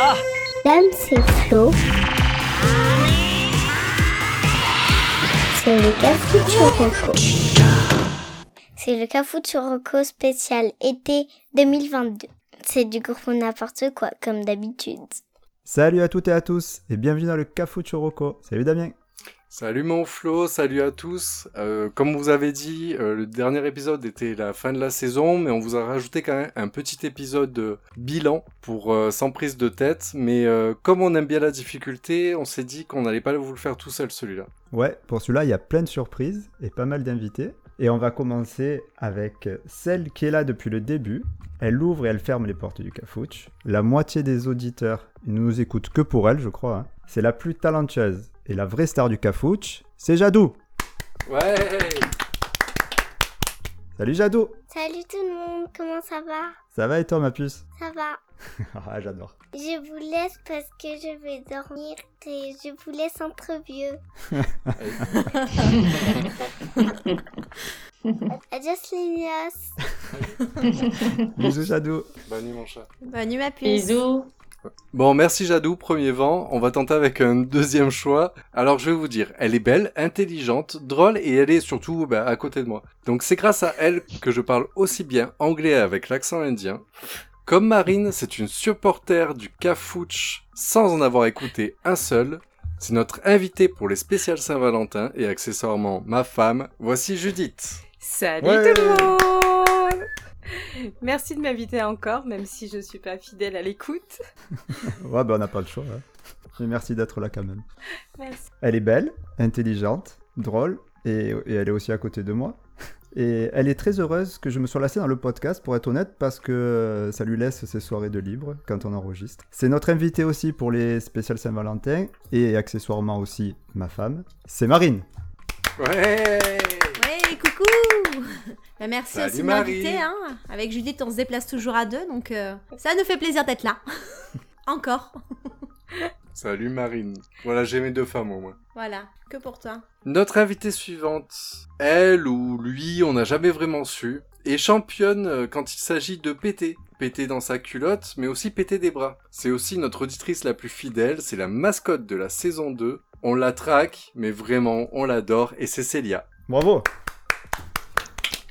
Ah. L'âme, c'est Flo. C'est le Cafuturoko. C'est le Cafuturoko spécial été 2022. C'est du groupe n'importe quoi, comme d'habitude. Salut à toutes et à tous et bienvenue dans le Cafu Choroko. Salut Damien. Salut mon Flo, salut à tous. Euh, comme vous avez dit, euh, le dernier épisode était la fin de la saison, mais on vous a rajouté quand même un petit épisode euh, bilan pour euh, sans prise de tête. Mais euh, comme on aime bien la difficulté, on s'est dit qu'on n'allait pas vous le faire tout seul celui-là. Ouais, pour celui-là, il y a plein de surprises et pas mal d'invités. Et on va commencer avec celle qui est là depuis le début. Elle ouvre et elle ferme les portes du Cafouche. La moitié des auditeurs ne nous écoutent que pour elle, je crois. hein. C'est la plus talentueuse et la vraie star du Cafouche, c'est Jadou. Ouais Salut Jadou. Salut tout le monde, comment ça va Ça va et toi ma puce Ça va. Ah, j'adore. Je vous laisse parce que je vais dormir et je vous laisse entre vieux. Adios Lénias. Bisous Jadou. Banni mon chat. Bonne nuit ma puce. Bisous. Bon, merci Jadou, premier vent. On va tenter avec un deuxième choix. Alors, je vais vous dire, elle est belle, intelligente, drôle et elle est surtout bah, à côté de moi. Donc, c'est grâce à elle que je parle aussi bien anglais avec l'accent indien. Comme Marine, c'est une supporter du Cafouche sans en avoir écouté un seul. C'est notre invitée pour les spéciales Saint-Valentin et accessoirement ma femme. Voici Judith. Salut Ouais. tout le monde Merci de m'inviter encore, même si je suis pas fidèle à l'écoute. Ouais, ben on n'a pas le choix. hein. Mais merci d'être là quand même. Merci. Elle est belle, intelligente, drôle, et, et elle est aussi à côté de moi. Et elle est très heureuse que je me sois lassé dans le podcast, pour être honnête, parce que euh, ça lui laisse ses soirées de libre quand on enregistre. C'est notre invitée aussi pour les spéciales Saint-Valentin, et accessoirement aussi ma femme, c'est Marine. Ouais Ouais, coucou Bah, Merci Salut aussi de Marie. m'inviter. Hein. Avec Judith, on se déplace toujours à deux, donc euh, ça nous fait plaisir d'être là. Encore. Salut Marine. Voilà, j'ai mes deux femmes au moins. Voilà, que pour toi. Notre invitée suivante, elle ou lui, on n'a jamais vraiment su, est championne euh, quand il s'agit de péter. Péter dans sa culotte, mais aussi péter des bras. C'est aussi notre auditrice la plus fidèle, c'est la mascotte de la saison 2. On la traque, mais vraiment, on l'adore, et c'est Célia. Bravo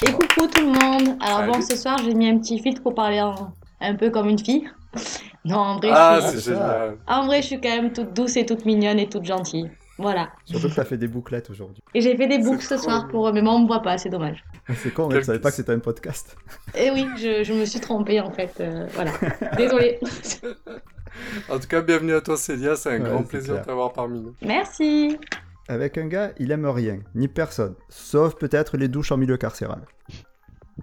Et coucou tout le monde. Alors Salut. bon, ce soir j'ai mis un petit filtre pour parler en- un peu comme une fille. Non, en vrai, Ah, je suis... c'est c'est génial. en vrai, je suis quand même toute douce et toute mignonne et toute gentille. Voilà. Surtout que ça fait des bouclettes aujourd'hui. Et j'ai fait des C'est boucles ce trop soir mignon. pour eux, mais moi on me voit pas, c'est dommage. C'est con, hein, Quel je savais bis. pas que c'était un podcast. Et oui, je, je me suis trompée en fait. euh, voilà. Désolée. En tout cas, bienvenue à toi Célia, c'est un Ouais, grand c'est plaisir clair. de t'avoir parmi nous. Merci. Avec un gars, il aime rien, ni personne, sauf peut-être les douches en milieu carcéral.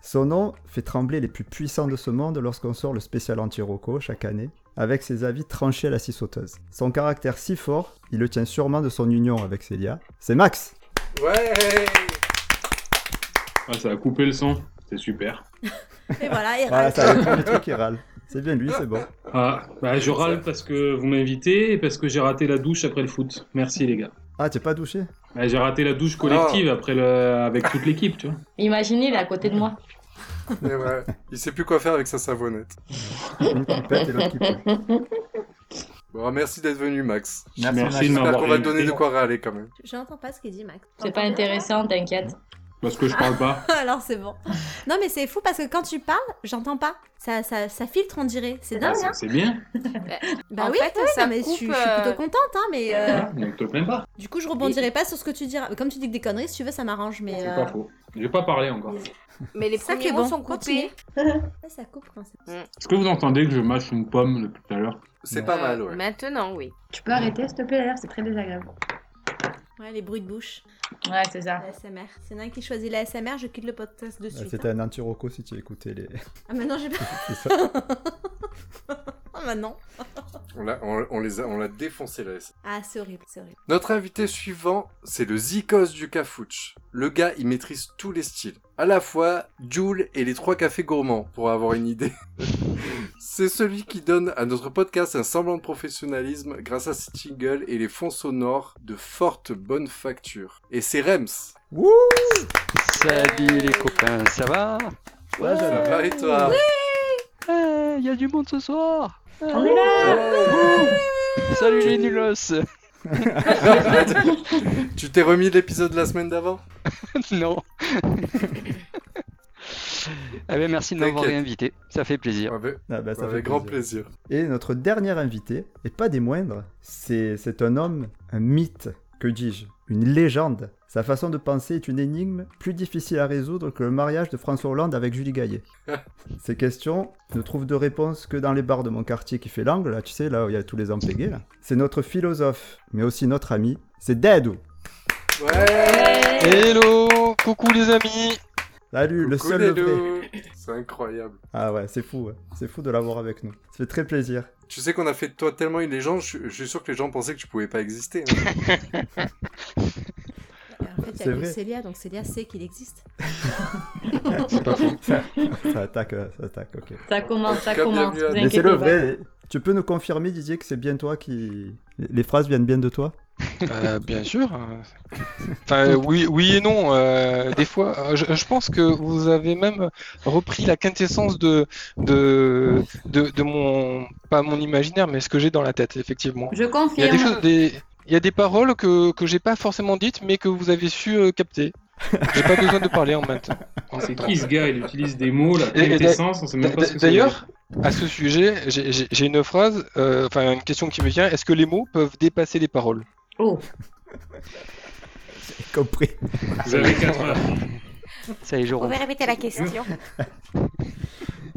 Son nom fait trembler les plus puissants de ce monde lorsqu'on sort le spécial anti-roco chaque année, avec ses avis tranchés à la scie sauteuse. Son caractère si fort, il le tient sûrement de son union avec Célia. C'est Max Ouais Ah, ça a coupé le son. C'est super. Et voilà, et Voilà, râle. ça répond les trucs qui râle. C'est bien lui, c'est bon. Ah, bah, je râle parce que vous m'invitez et parce que j'ai raté la douche après le foot. Merci les gars. Ah, t'es pas douché Ah, j'ai raté la douche collective Ah. après le... avec toute l'équipe, tu vois. Imaginez, il est à côté de moi. C'est vrai. Il sait plus quoi faire avec sa savonnette. Une qui pète et l'autre qui pète. Bon, merci d'être venu Max. Merci de J'espère m'avoir qu'on va te donner de invité. quoi râler quand même. Je n'entends pas ce qu'il dit, Max. C'est T'entends pas bien intéressant, t'inquiète. Parce que je parle pas. Alors c'est bon. Non, mais c'est fou parce que quand tu parles, j'entends pas. Ça, ça, ça filtre, on dirait. C'est Ah, dingue. hein. c'est- c'est bien. Bah En oui, fait, oui, ça non, mais je, coupe, suis- je suis euh, plutôt contente, hein, mais euh, Ah, Donc te plains pas. du coup, je rebondirai pas sur ce que tu diras. Comme tu dis que des conneries, si tu veux, ça m'arrange, mais. C'est euh, pas faux. J'ai pas parlé encore. Mais les Ça qui premiers est mots bon, sont continue. coupés. Ouais, ça coupe quand c'est. Mm. Est-ce que vous entendez que je mâche une pomme depuis tout à l'heure C'est Non. pas mal, Euh, ouais. Maintenant, oui. Tu peux arrêter, s'il te plaît, d'ailleurs, c'est très désagréable. Ouais, les bruits de bouche. Ouais, c'est ça. L'ASMR. C'est l'un qui choisit l'ASMR, je quitte le podcast de Ah, suite. hein. C'était un anti-roco si tu écoutais les. Ah, maintenant j'ai pas. C'est ça. Ah, maintenant. On l'a on, on les a- on l'a défoncé la SC. Ah, c'est horrible, c'est horrible. Notre invité suivant, c'est le Zikos du Cafouche. Le gars, il maîtrise tous les styles. À la fois, Joule et les trois cafés gourmands, pour avoir une idée. c'est celui qui donne à notre podcast un semblant de professionnalisme grâce à ses jingles et les fonds sonores de forte bonne facture. Et c'est Rems. Wouh Salut les copains, Euh, ça va Ouais, j'adore. Ça va et toi Il y a Eh, du monde ce soir Eh. On est là Ouais. Salut les nulos tu t'es remis l'épisode de la semaine d'avant Non. Eh bien, merci de m'avoir T'inquiète. réinvité. Ça fait plaisir. Avec, Ah bah, ça avec fait grand plaisir. plaisir. Et notre dernier invité, et pas des moindres, c'est c'est un homme, un mythe, que dis-je, une légende. Sa façon de penser est une énigme plus difficile à résoudre que le mariage de François Hollande avec Julie Gaillet. Ces questions ne trouvent de réponse que dans les bars de mon quartier qui fait l'angle, là tu sais, là où il y a tous les emplégués. là. C'est notre philosophe, mais aussi notre ami, c'est Dadou. Ouais Oh, Hello Coucou les amis Salut, le Coucou, seul le vrai. Lélo. C'est incroyable. Ah ouais, c'est fou, ouais. c'est fou de l'avoir avec nous. Ça fait très plaisir. Tu sais qu'on a fait de toi tellement une légende, je, suis- je suis sûr que les gens pensaient que tu pouvais pas exister. hein. En fait, il y C'est a que vrai. Célia, donc Célia sait qu'il existe. Ah, Ah, Ça attaque, euh, ça attaque, ok. Ça commence, En ça tout cas, commence. bienvenue à- vous Mais c'est le inquiétez pas. vrai. Tu peux nous confirmer, Didier, que c'est bien toi qui. Les phrases viennent bien de toi Euh, bien sûr. Enfin, oui, oui et non. euh, des fois, euh, je, je pense que vous avez même repris la quintessence de de, de, de mon pas mon imaginaire, mais ce que j'ai dans la tête, effectivement. Je Il y a des choses, confirme. des il y a des paroles que que j'ai pas forcément dites, mais que vous avez su euh, capter. J'ai pas besoin de parler en même temps. C'est qui ce gars Il utilise des mots, la Et- et quintessence, on sait même pas ce que c'est. D'ailleurs, à ce sujet, j'ai- j'ai j'ai une phrase, euh, enfin une question qui me vient. Est-ce que les mots peuvent dépasser les paroles Oh, J'ai compris. vous avez 4 heures. Ça y est, je Vous rentre. pouvez répéter la question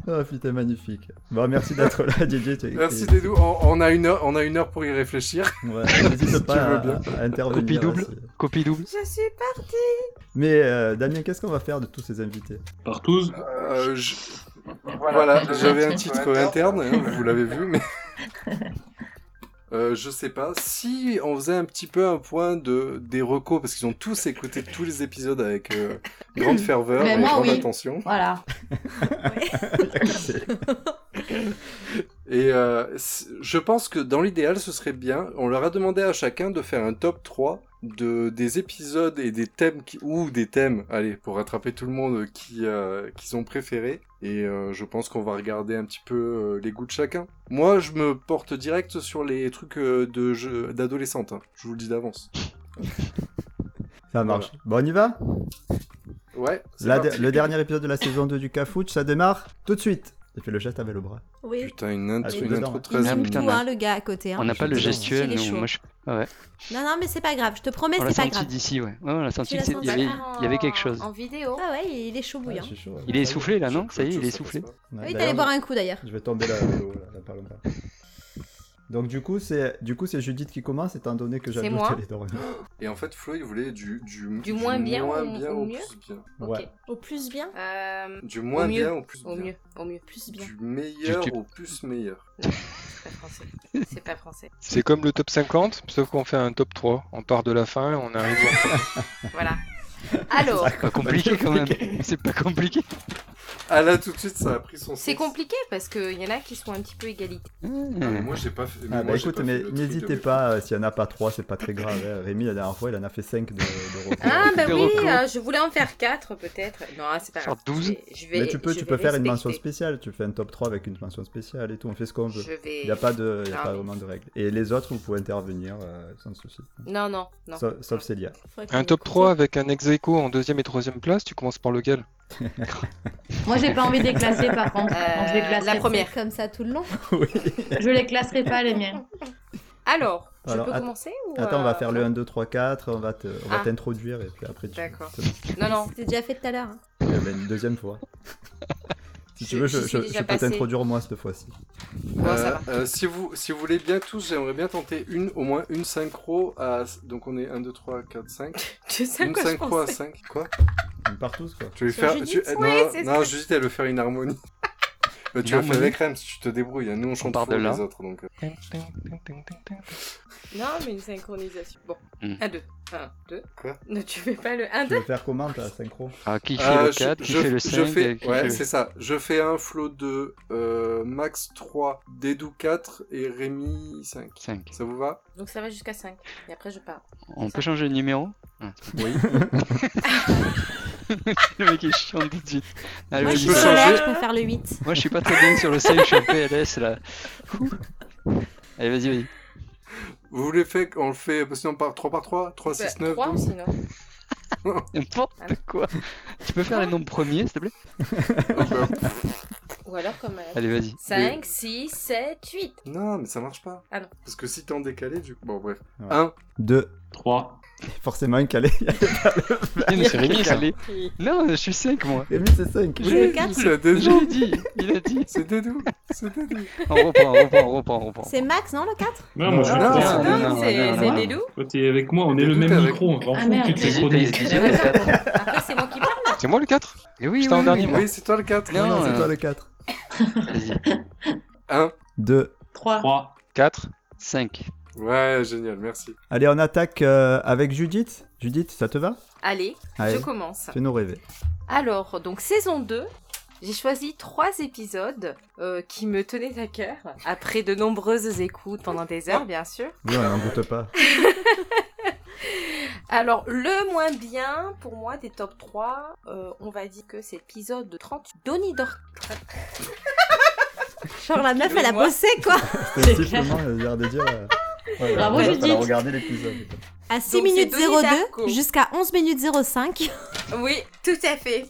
Oh putain, magnifique. Bon, merci d'être là, Didier. tu as écrit- Merci Dédou, on, on a une heure, on a une heure pour y réfléchir. Ouais, N'hésite tu pas veux à, bien. à intervenir. Copie double. aussi. Copie double. Je suis parti. Mais euh, Damien, qu'est-ce qu'on va faire de tous ces invités Partouze. Euh, je- Voilà, j'avais un titre interne, hein, vous l'avez vu, mais. Euh, je sais pas si on faisait un petit peu un point de des recos parce qu'ils ont tous écouté tous les épisodes avec euh, grande ferveur Mais et moi, grande oui. attention voilà. et euh, c- je pense que dans l'idéal ce serait bien on leur a demandé à chacun de faire un top 3 de des épisodes et des thèmes qui, ou des thèmes allez pour rattraper tout le monde qui euh, qu'ils ont préféré et euh, je pense qu'on va regarder un petit peu euh, les goûts de chacun moi je me porte direct sur les trucs euh, de jeux d'adolescente hein. je vous le dis d'avance Ça marche. Bon, on y va ouais c'est La- parti. Le dernier épisode de la saison 2 du Cafouche, ça démarre tout de suite. J'ai fait le geste avec le bras. Oui. putain une intro, Allez, une dedans. intro de Il 13 Ah, mime minutes putain, tout, mais- hein, le gars à côté. hein. On n'a pas le Putain, gestuel, il est nous. chaud. Moi, je... ouais. Non, non, mais c'est pas grave, je te promets, On l'a c'est pas senti grave. d'ici, ouais. Ouais, on l'a senti. l'as tu sais, senti Il y, avait, en- il y avait quelque chose. En vidéo. Ah ouais, il est chaud Ouais, bouillant. Ah je suis chaud, ouais. Il est essoufflé là, non Je Ça y est, trouve il est que ça essoufflé. passe pas. Ouais, Oui, t'allais d'ailleurs, boire un coup d'ailleurs. Je vais tomber là. l'eau, Oh là, là, par le bas. Donc du coup, c'est du coup c'est Judith qui commence, étant donné que C'est j'avais moi. les Ah, dormir. et en fait Flo il voulait du du, Du moins bien au- au mieux plus bien Ok. Ouais. Au plus bien Euh, du moins Au mieux. bien au plus au bien. mieux, au mieux. Plus bien. Du meilleur YouTube. au plus meilleur. C'est pas français. C'est pas français. C'est comme le top 50, sauf qu'on fait un top 3. On part de la fin, et on arrive. en- Voilà. Alors, Pas compliqué quand même. C'est pas compliqué. Ah là tout de suite ça a pris son sens. c'est compliqué parce qu'il y en a qui sont un petit peu égalité. Ah, mais moi j'ai pas fait. Ah moi, bah j'ai écoute, pas fait mais le truc n'hésitez de- pas, euh, s'il n'y en a pas trois, c'est pas très grave. hein. Rémi, la dernière fois, il en a fait 5 de, de recours. Ah bah Des oui, recos. euh, je voulais en faire 4 peut-être. Non, ah, c'est pas Genre grave. 12. Je- je vais- Mais tu peux, je tu vais peux faire une mention respecter. spéciale, tu fais un top 3 avec une mention spéciale et tout, on fait ce qu'on veut. Je vais... Il n'y a pas, de, y a Ah, pas mais- vraiment de règles. Et les autres, vous pouvez intervenir euh, sans souci. Non, non, non. Sauf, sauf Célia. Faudrait qu'on Un top écoute. 3 avec un ex aequo en deuxième et troisième place, tu commences par lequel Moi, j'ai pas envie de les classer, par contre. Euh, Donc, je les classerai la pas. première. Comme ça tout le long. Oui. Je les classerai pas, les miens. Alors, Alors, je peux att- commencer ou, Attends, on va euh, faire le 1, 2, 3, 4, on va te- on va Ah. t'introduire et puis après tu. D'accord. c'est bon. Non, non. C'était déjà fait tout à l'heure. hein. Eh ben, une deuxième fois. Si tu Je- veux, j'y je, suis je- déjà je peux passée. t'introduire moi cette fois-ci. Bon, ça Euh, va. euh, si vous si vous voulez bien tous, j'aimerais bien tenter une au moins une synchro à donc on est 1 2 3 4 5. Je sais à Une quoi je synchro à pensais. 5. Quoi Une partout, quoi. Tu veux Sur faire Judith tu- eh, Oui, non, c'est non, ça. Judith elle veut faire une harmonie. Euh, tu Une vas faire harmonie avec Rems, tu te débrouilles, hein. nous on chante part faux, de là. les autres donc. euh. Non, mais une synchronisation. Bon, Hmm. 1, 2. 1, 2. Quoi Ne tu fais pas le 1, Tu 2. veux faire comment ta synchro Ah, qui fait Euh, le je- 4, qui je- fait le 5 je fais- ouais, c'est ça. Je fais un Flo 2, euh, Max 3, Dédou 4 et Rémi 5. 5. Ça vous va Donc ça va jusqu'à 5. Et après, je pars. On peut changer de numéro Oui. le mec est chiant tout de suite. Ah, Moi, je le mec, suis peux il- sur l'air, changer. je préfère le 8. Moi, je suis pas très bien sur le 5, je suis en PLS là. Ouh. Allez, vas-y, vas-y. Vous voulez faire qu'on le fait sinon par 3 par 3 3, Bah, 6, 9 3 sinon. N'importe quoi. Tu peux faire les nombres premiers, s'il te plaît Ou alors comme. euh, Allez, vas-y. 5, 6, 7, 8. Non, mais ça marche pas. Ah non. Parce que si t'es en décalé, du coup. Bon, bref. Ouais. 1. 2. 3. Forcément, un calé. Eh, mais c'est Rémi, ça. Calé. qui- Non, je suis 5, moi. Rémi, c'est 5. Je le quatre. C'est Dédou. J'ai dit, il a dit. C'est Dédou. C'est Dédou. On reprend, on reprend, on reprend, on reprend. C'est Ah, Max, non, le 4 Non, moi je suis Non, le non, trois. non, Non, non, c'est non, c'est non. Dédou. Toi, t'es avec moi, on est le Tout même avec- micro, on s'en Ah, fout, merde. tu te fais J'ai- chroniser. Après, c'est moi qui parle. C'est moi le 4 Eh oui, J'étais en oui, dernier, oui. Oui, c'est toi le 4. Non, Non, c'est euh, toi le 4. Vas-y. 1. 2. 3. 3. 4 5. Ouais, génial, merci. Allez, on attaque euh, avec Judith. Judith, ça te va Allez, Allez, je commence. fais-nous rêver. Alors, donc saison 2, j'ai choisi trois épisodes euh, qui me tenaient à cœur, après de nombreuses écoutes pendant des heures, bien sûr. Oui, on n'en doute pas. Alors, le moins bien, pour moi, des top 3, euh, on va dire que c'est l'épisode 30, Donnie Darko. Genre, la meuf, elle a Excuse-moi. bossé, quoi C'est simplement euh, l'air de dire. euh, ouais, Bravo, ouais, Judith. fallait regarder l'épisode. À 6 Donc, c'est minutes Donnie 02 Darko. jusqu'à 11 minutes 05. Oui, tout à fait.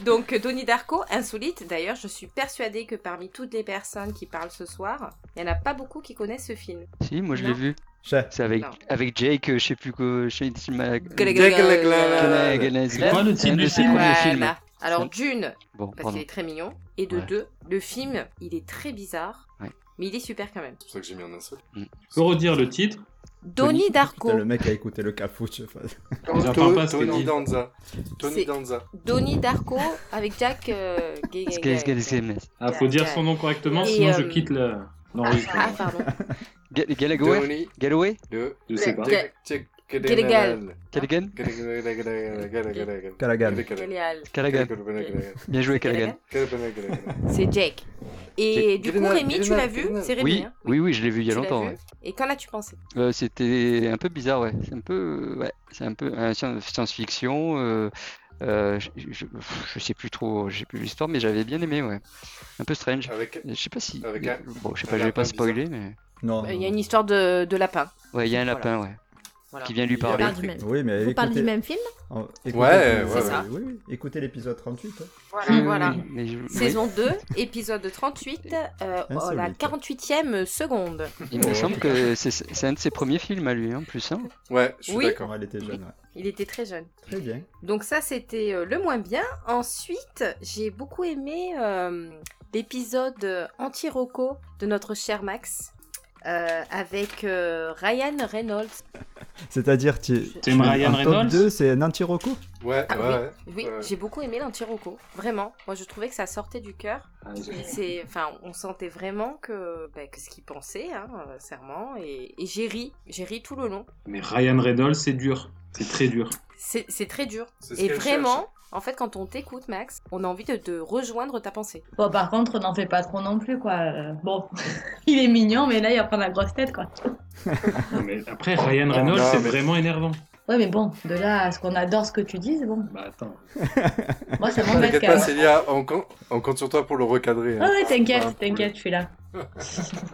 Donc, Donnie Darko, insolite. D'ailleurs, je suis persuadée que parmi toutes les personnes qui parlent ce soir, il n'y en a pas beaucoup qui connaissent ce film. Si, moi je Non. l'ai vu. Chat. C'est avec, Non. avec Jake, euh, je sais plus quoi. Je sais je sais ma- Gla-gla-gla. Gla-gla-gla. C'est quoi le C'est titre un du de ses film premiers films. Voilà. Alors, d'une, Bon, parce qu'il pardon. est très mignon, et de Ouais. deux, le film, il est très bizarre, Ouais. mais il est super quand même. C'est pour ça que j'ai mis en un seul. Mm. Tu peux redire le titre Donnie Darko. Putain, le mec a écouté le cafouche. enfin. J'entends To- pas ce qu'il Tony dit. Danza. Tony C'est- Danza. Donnie Darko avec Jack euh, Gay- Gay- Gla- gla- Gay- gla- Ah, faut dire son nom correctement, Et, sinon je euh, quitte la- Ah, l'enregistrement. pardon. Ga- Gallagher Tony Galloway de Je sais pas. Ga- Gallagher. Callaghan Callaghan. Galeal. Callaghan. Bien joué, Callaghan. Gallagher. C'est Jack. Et Jake. du coup, Gyllenhaal, Rémi, tu l'as vu Gyllenhaal. C'est Rémi. Oui, hein oui, oui, je l'ai vu il y a Tu l'as longtemps. vu ouais. Et qu'en as-tu pensé Euh, C'était un peu bizarre, ouais. C'est un peu, ouais, c'est un peu euh, scien- science-fiction. euh, euh, je, je, je sais plus trop, j'ai plus l'histoire, mais j'avais bien aimé, ouais. Un peu strange. Avec Je sais pas si. euh, Avec un- Bon, je sais un pas, je vais pas lapin bizarre. spoiler, mais. Non. Euh, Il y a une histoire de, de lapin. Ouais, il y a un Voilà. lapin, ouais, Voilà. qui vient lui Il y a parler. un- Parle du même. Oui, mais Vous parlez écoutez- du même film en- écoutez- Ouais, oui, ouais, oui, ouais. oui, oui. Écoutez l'épisode 38. hein. Voilà, voilà. Oui, mais je- Mmh. oui, Saison 2, épisode 38, euh, oh, la Insolite. 48e seconde. Il me semble que c'est- c'est un de ses premiers films à lui, en plus. Hein. Ouais, je suis Oui. d'accord. Quand elle était jeune. ouais. Il était très jeune. Très bien. Donc ça, c'était euh, le moins bien. Ensuite, j'ai beaucoup aimé euh, l'épisode euh, anti-roco de notre cher Max. euh, avec euh, Ryan Reynolds. C'est-à-dire, tu. Je- T'aimes Ryan en top Reynolds 2, c'est un anti-roco Ouais, Ah ouais, ouais. Oui, Ouais. j'ai beaucoup aimé l'anti-roco, vraiment. Moi, je trouvais que ça sortait du cœur. Ah, Et C'est, enfin, on sentait vraiment que, bah, que ce qu'il pensait, hein, euh, serment. Et, et j'ai ri, j'ai ri tout le long. Mais Ryan Reynolds, c'est dur. C'est très dur. C'est c'est très dur. C'est ce Et qu'elle vraiment, cherche. en fait, quand on t'écoute, Max, on a envie de, de rejoindre ta pensée. Bon, par contre, n'en fais pas trop non plus, quoi. Euh, Bon, il est mignon, mais là, il va prendre la grosse tête, quoi. Non, mais après, Ryan Reynolds, Non, c'est mais- vraiment énervant. Ouais, mais bon, de là à ce qu'on adore ce que tu dis, bon. Bah attends. Moi, ça m'embête T'inquiète quand pas, même. Célia, on compte, on compte sur toi pour le recadrer. hein. Ah hein. ouais, Pas un t'inquiète, problème. t'inquiète, je suis là.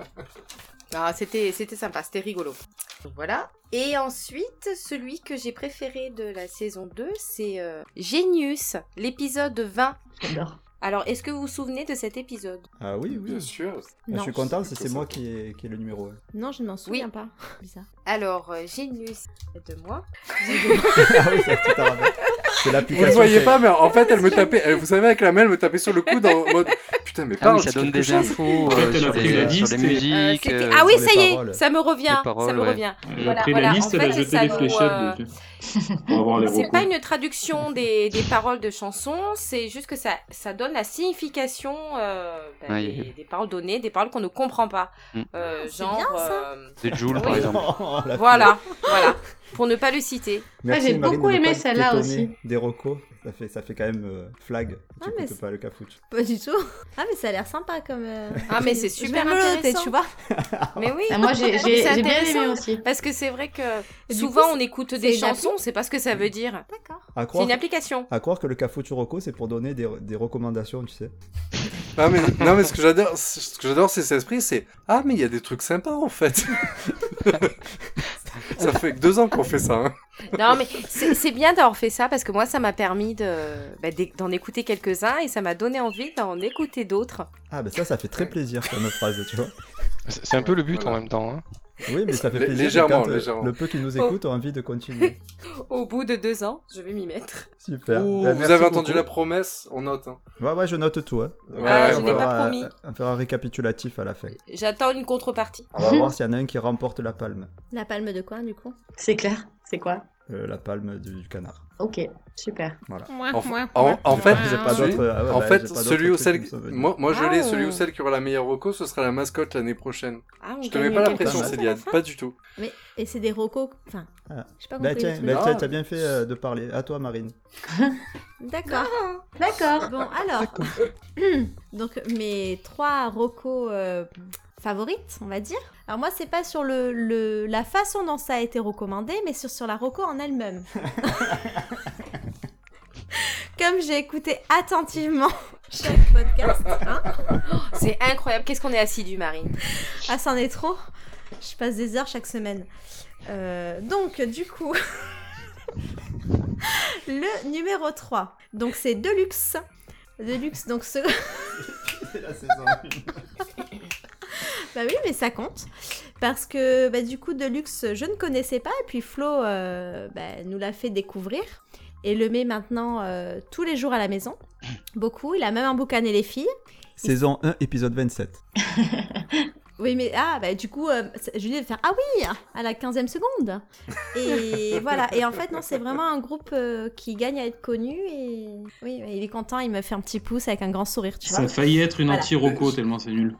Ah, c'était c'était sympa, c'était rigolo. Donc voilà. Et ensuite, celui que j'ai préféré de la saison 2, c'est euh, Genius, l'épisode 20. J'adore. Alors, est-ce que vous vous souvenez de cet épisode Ah oui, Bien oui. sûr. Ah, Je Non. suis content si Plutôt c'est ça. moi qui ai, qui ai le numéro. hein. Non, je ne m'en souviens pas. Bizarre. Alors, euh, Genius, de moi. ah oui, ça, tout à l'heure. C'est Vous le l'application. voyez pas, mais Ah, en fait, elle me tapait, elle- vous savez, avec la main, elle me tapait sur le coude en mode Putain, mais Ah parle, oui, ça dis donne quelque des chose. infos En fait, euh, elle a sur, pris la des, sur liste des et- Euh, musiques. c'était- euh, ah oui, sur les ça y paroles. est, ça me revient, Les paroles, ça me ouais. revient. Elle Voilà, a pris voilà, la liste, en elle a fait, jeté ça des nous, fléchettes euh, dessus. Pour avoir les C'est recos. pas une traduction des, des paroles de chansons, c'est juste que ça, ça donne la signification euh, bah, Ouais. des, des paroles données, des paroles qu'on ne comprend pas. Mm. Euh, Ah, c'est genre. bien, ça. euh, De Jules, par Ah, Oui. exemple. Oh, la voilà, voilà. pour ne pas le citer. Ah, j'ai Marine, beaucoup de ne aimé pas celle-là t'étonner aussi. Des recos, ça fait, ça fait quand même euh, flag. Ah, Tu mais écoutes c'est- pas le cafouche. Pas du tout. Ah, mais ça a l'air sympa comme. euh, Ah, mais c'est je super vais me le noter, intéressant. tu vois. Mais oui. Ah, moi, j'ai- j'ai- C'est j'ai bien intéressant, aimé aussi. Parce que c'est vrai que Et du souvent coup, c'est- on écoute c'est des une appli chansons, c'est pas ce que ça veut dire. D'accord. À C'est croire, une application. à croire que le cafouche roco, c'est pour donner des, des recommandations, tu sais. Ah, Non Ah, mais, non, mais ce que j'adore, ce que j'adore, c'est cet esprit, c'est ah mais il y a des trucs sympas en fait. ça fait que deux ans qu'on fait ça. hein. Non, mais c'est c'est bien d'avoir fait ça parce que moi, ça m'a permis de- bah, d'é- d'en écouter quelques-uns et ça m'a donné envie d'en écouter d'autres. Ah, ben ça, ça fait très plaisir comme phrase, tu vois. C'est c'est un peu le but en même temps. hein. Oui, mais ça fait Lé- plaisir. légèrement, quand, euh, légèrement. Oh. Le peu qui nous écoute ont envie de continuer. Au bout de deux ans, je vais m'y mettre. Super. Ouh, Ben, vous merci avez entendu beaucoup. la promesse, on note. hein. Ouais, ouais, je note tout. Hein. Ouais, Ah, je on, l'ai pas fera- euh, promis. on fera un récapitulatif à la fin. J'attends une contrepartie. On va voir s'il y en a un qui remporte la palme. La palme de coin, du coup. C'est clair. C'est quoi Euh, la palme du, du canard. Ok, super. Enfin, En, en fait, J'ai pas celui- d'autres- ah ouais, en bah, fait, j'ai pas celui d'autres ou celle, trucs qui me sont venus. moi, moi je l'ai, Ah. celui ou celle qui aura la meilleure reco, ce sera la mascotte l'année prochaine. Ah, on Je te gagne mets pas la quelque pression, chose à Céliade, fin pas du tout. Mais et c'est des rocos. Enfin, Ah. j'ai pas Bah compris. tiens, le truc. bah, tiens, Ah. t'as bien fait euh, de parler. À toi, Marine. D'accord. D'accord. Bon, alors. Donc, mes trois rocos euh, favorites, on va dire. Alors, moi, c'est pas sur le, le- la façon dont ça a été recommandé, mais sur, sur la roco en elle-même. Comme j'ai écouté attentivement chaque podcast, hein. Oh, C'est incroyable. Qu'est-ce qu'on est assis du Marie Ah, c'en est trop. Je passe des heures chaque semaine. Euh, donc, du coup, le numéro 3. Donc, c'est Deluxe. Deluxe, donc ce. C'est la saison. Bah oui, mais ça compte. Parce que bah, du coup, Deluxe, je ne connaissais pas. Et puis Flo euh, bah, nous l'a fait découvrir. Et le met maintenant euh, tous les jours à la maison. Beaucoup. Il a même un boucané les filles. saison 1, épisode 27. Oui, mais ah, bah, du coup, euh, c'est- Julie va faire Ah oui à la 15e seconde. Et voilà. Et en fait, non, c'est vraiment un groupe euh, qui gagne à être connu. Et oui, il est content. Il me fait un petit pouce avec un grand sourire, tu vois. Ça a failli être une Voilà. anti-roco tellement c'est nul.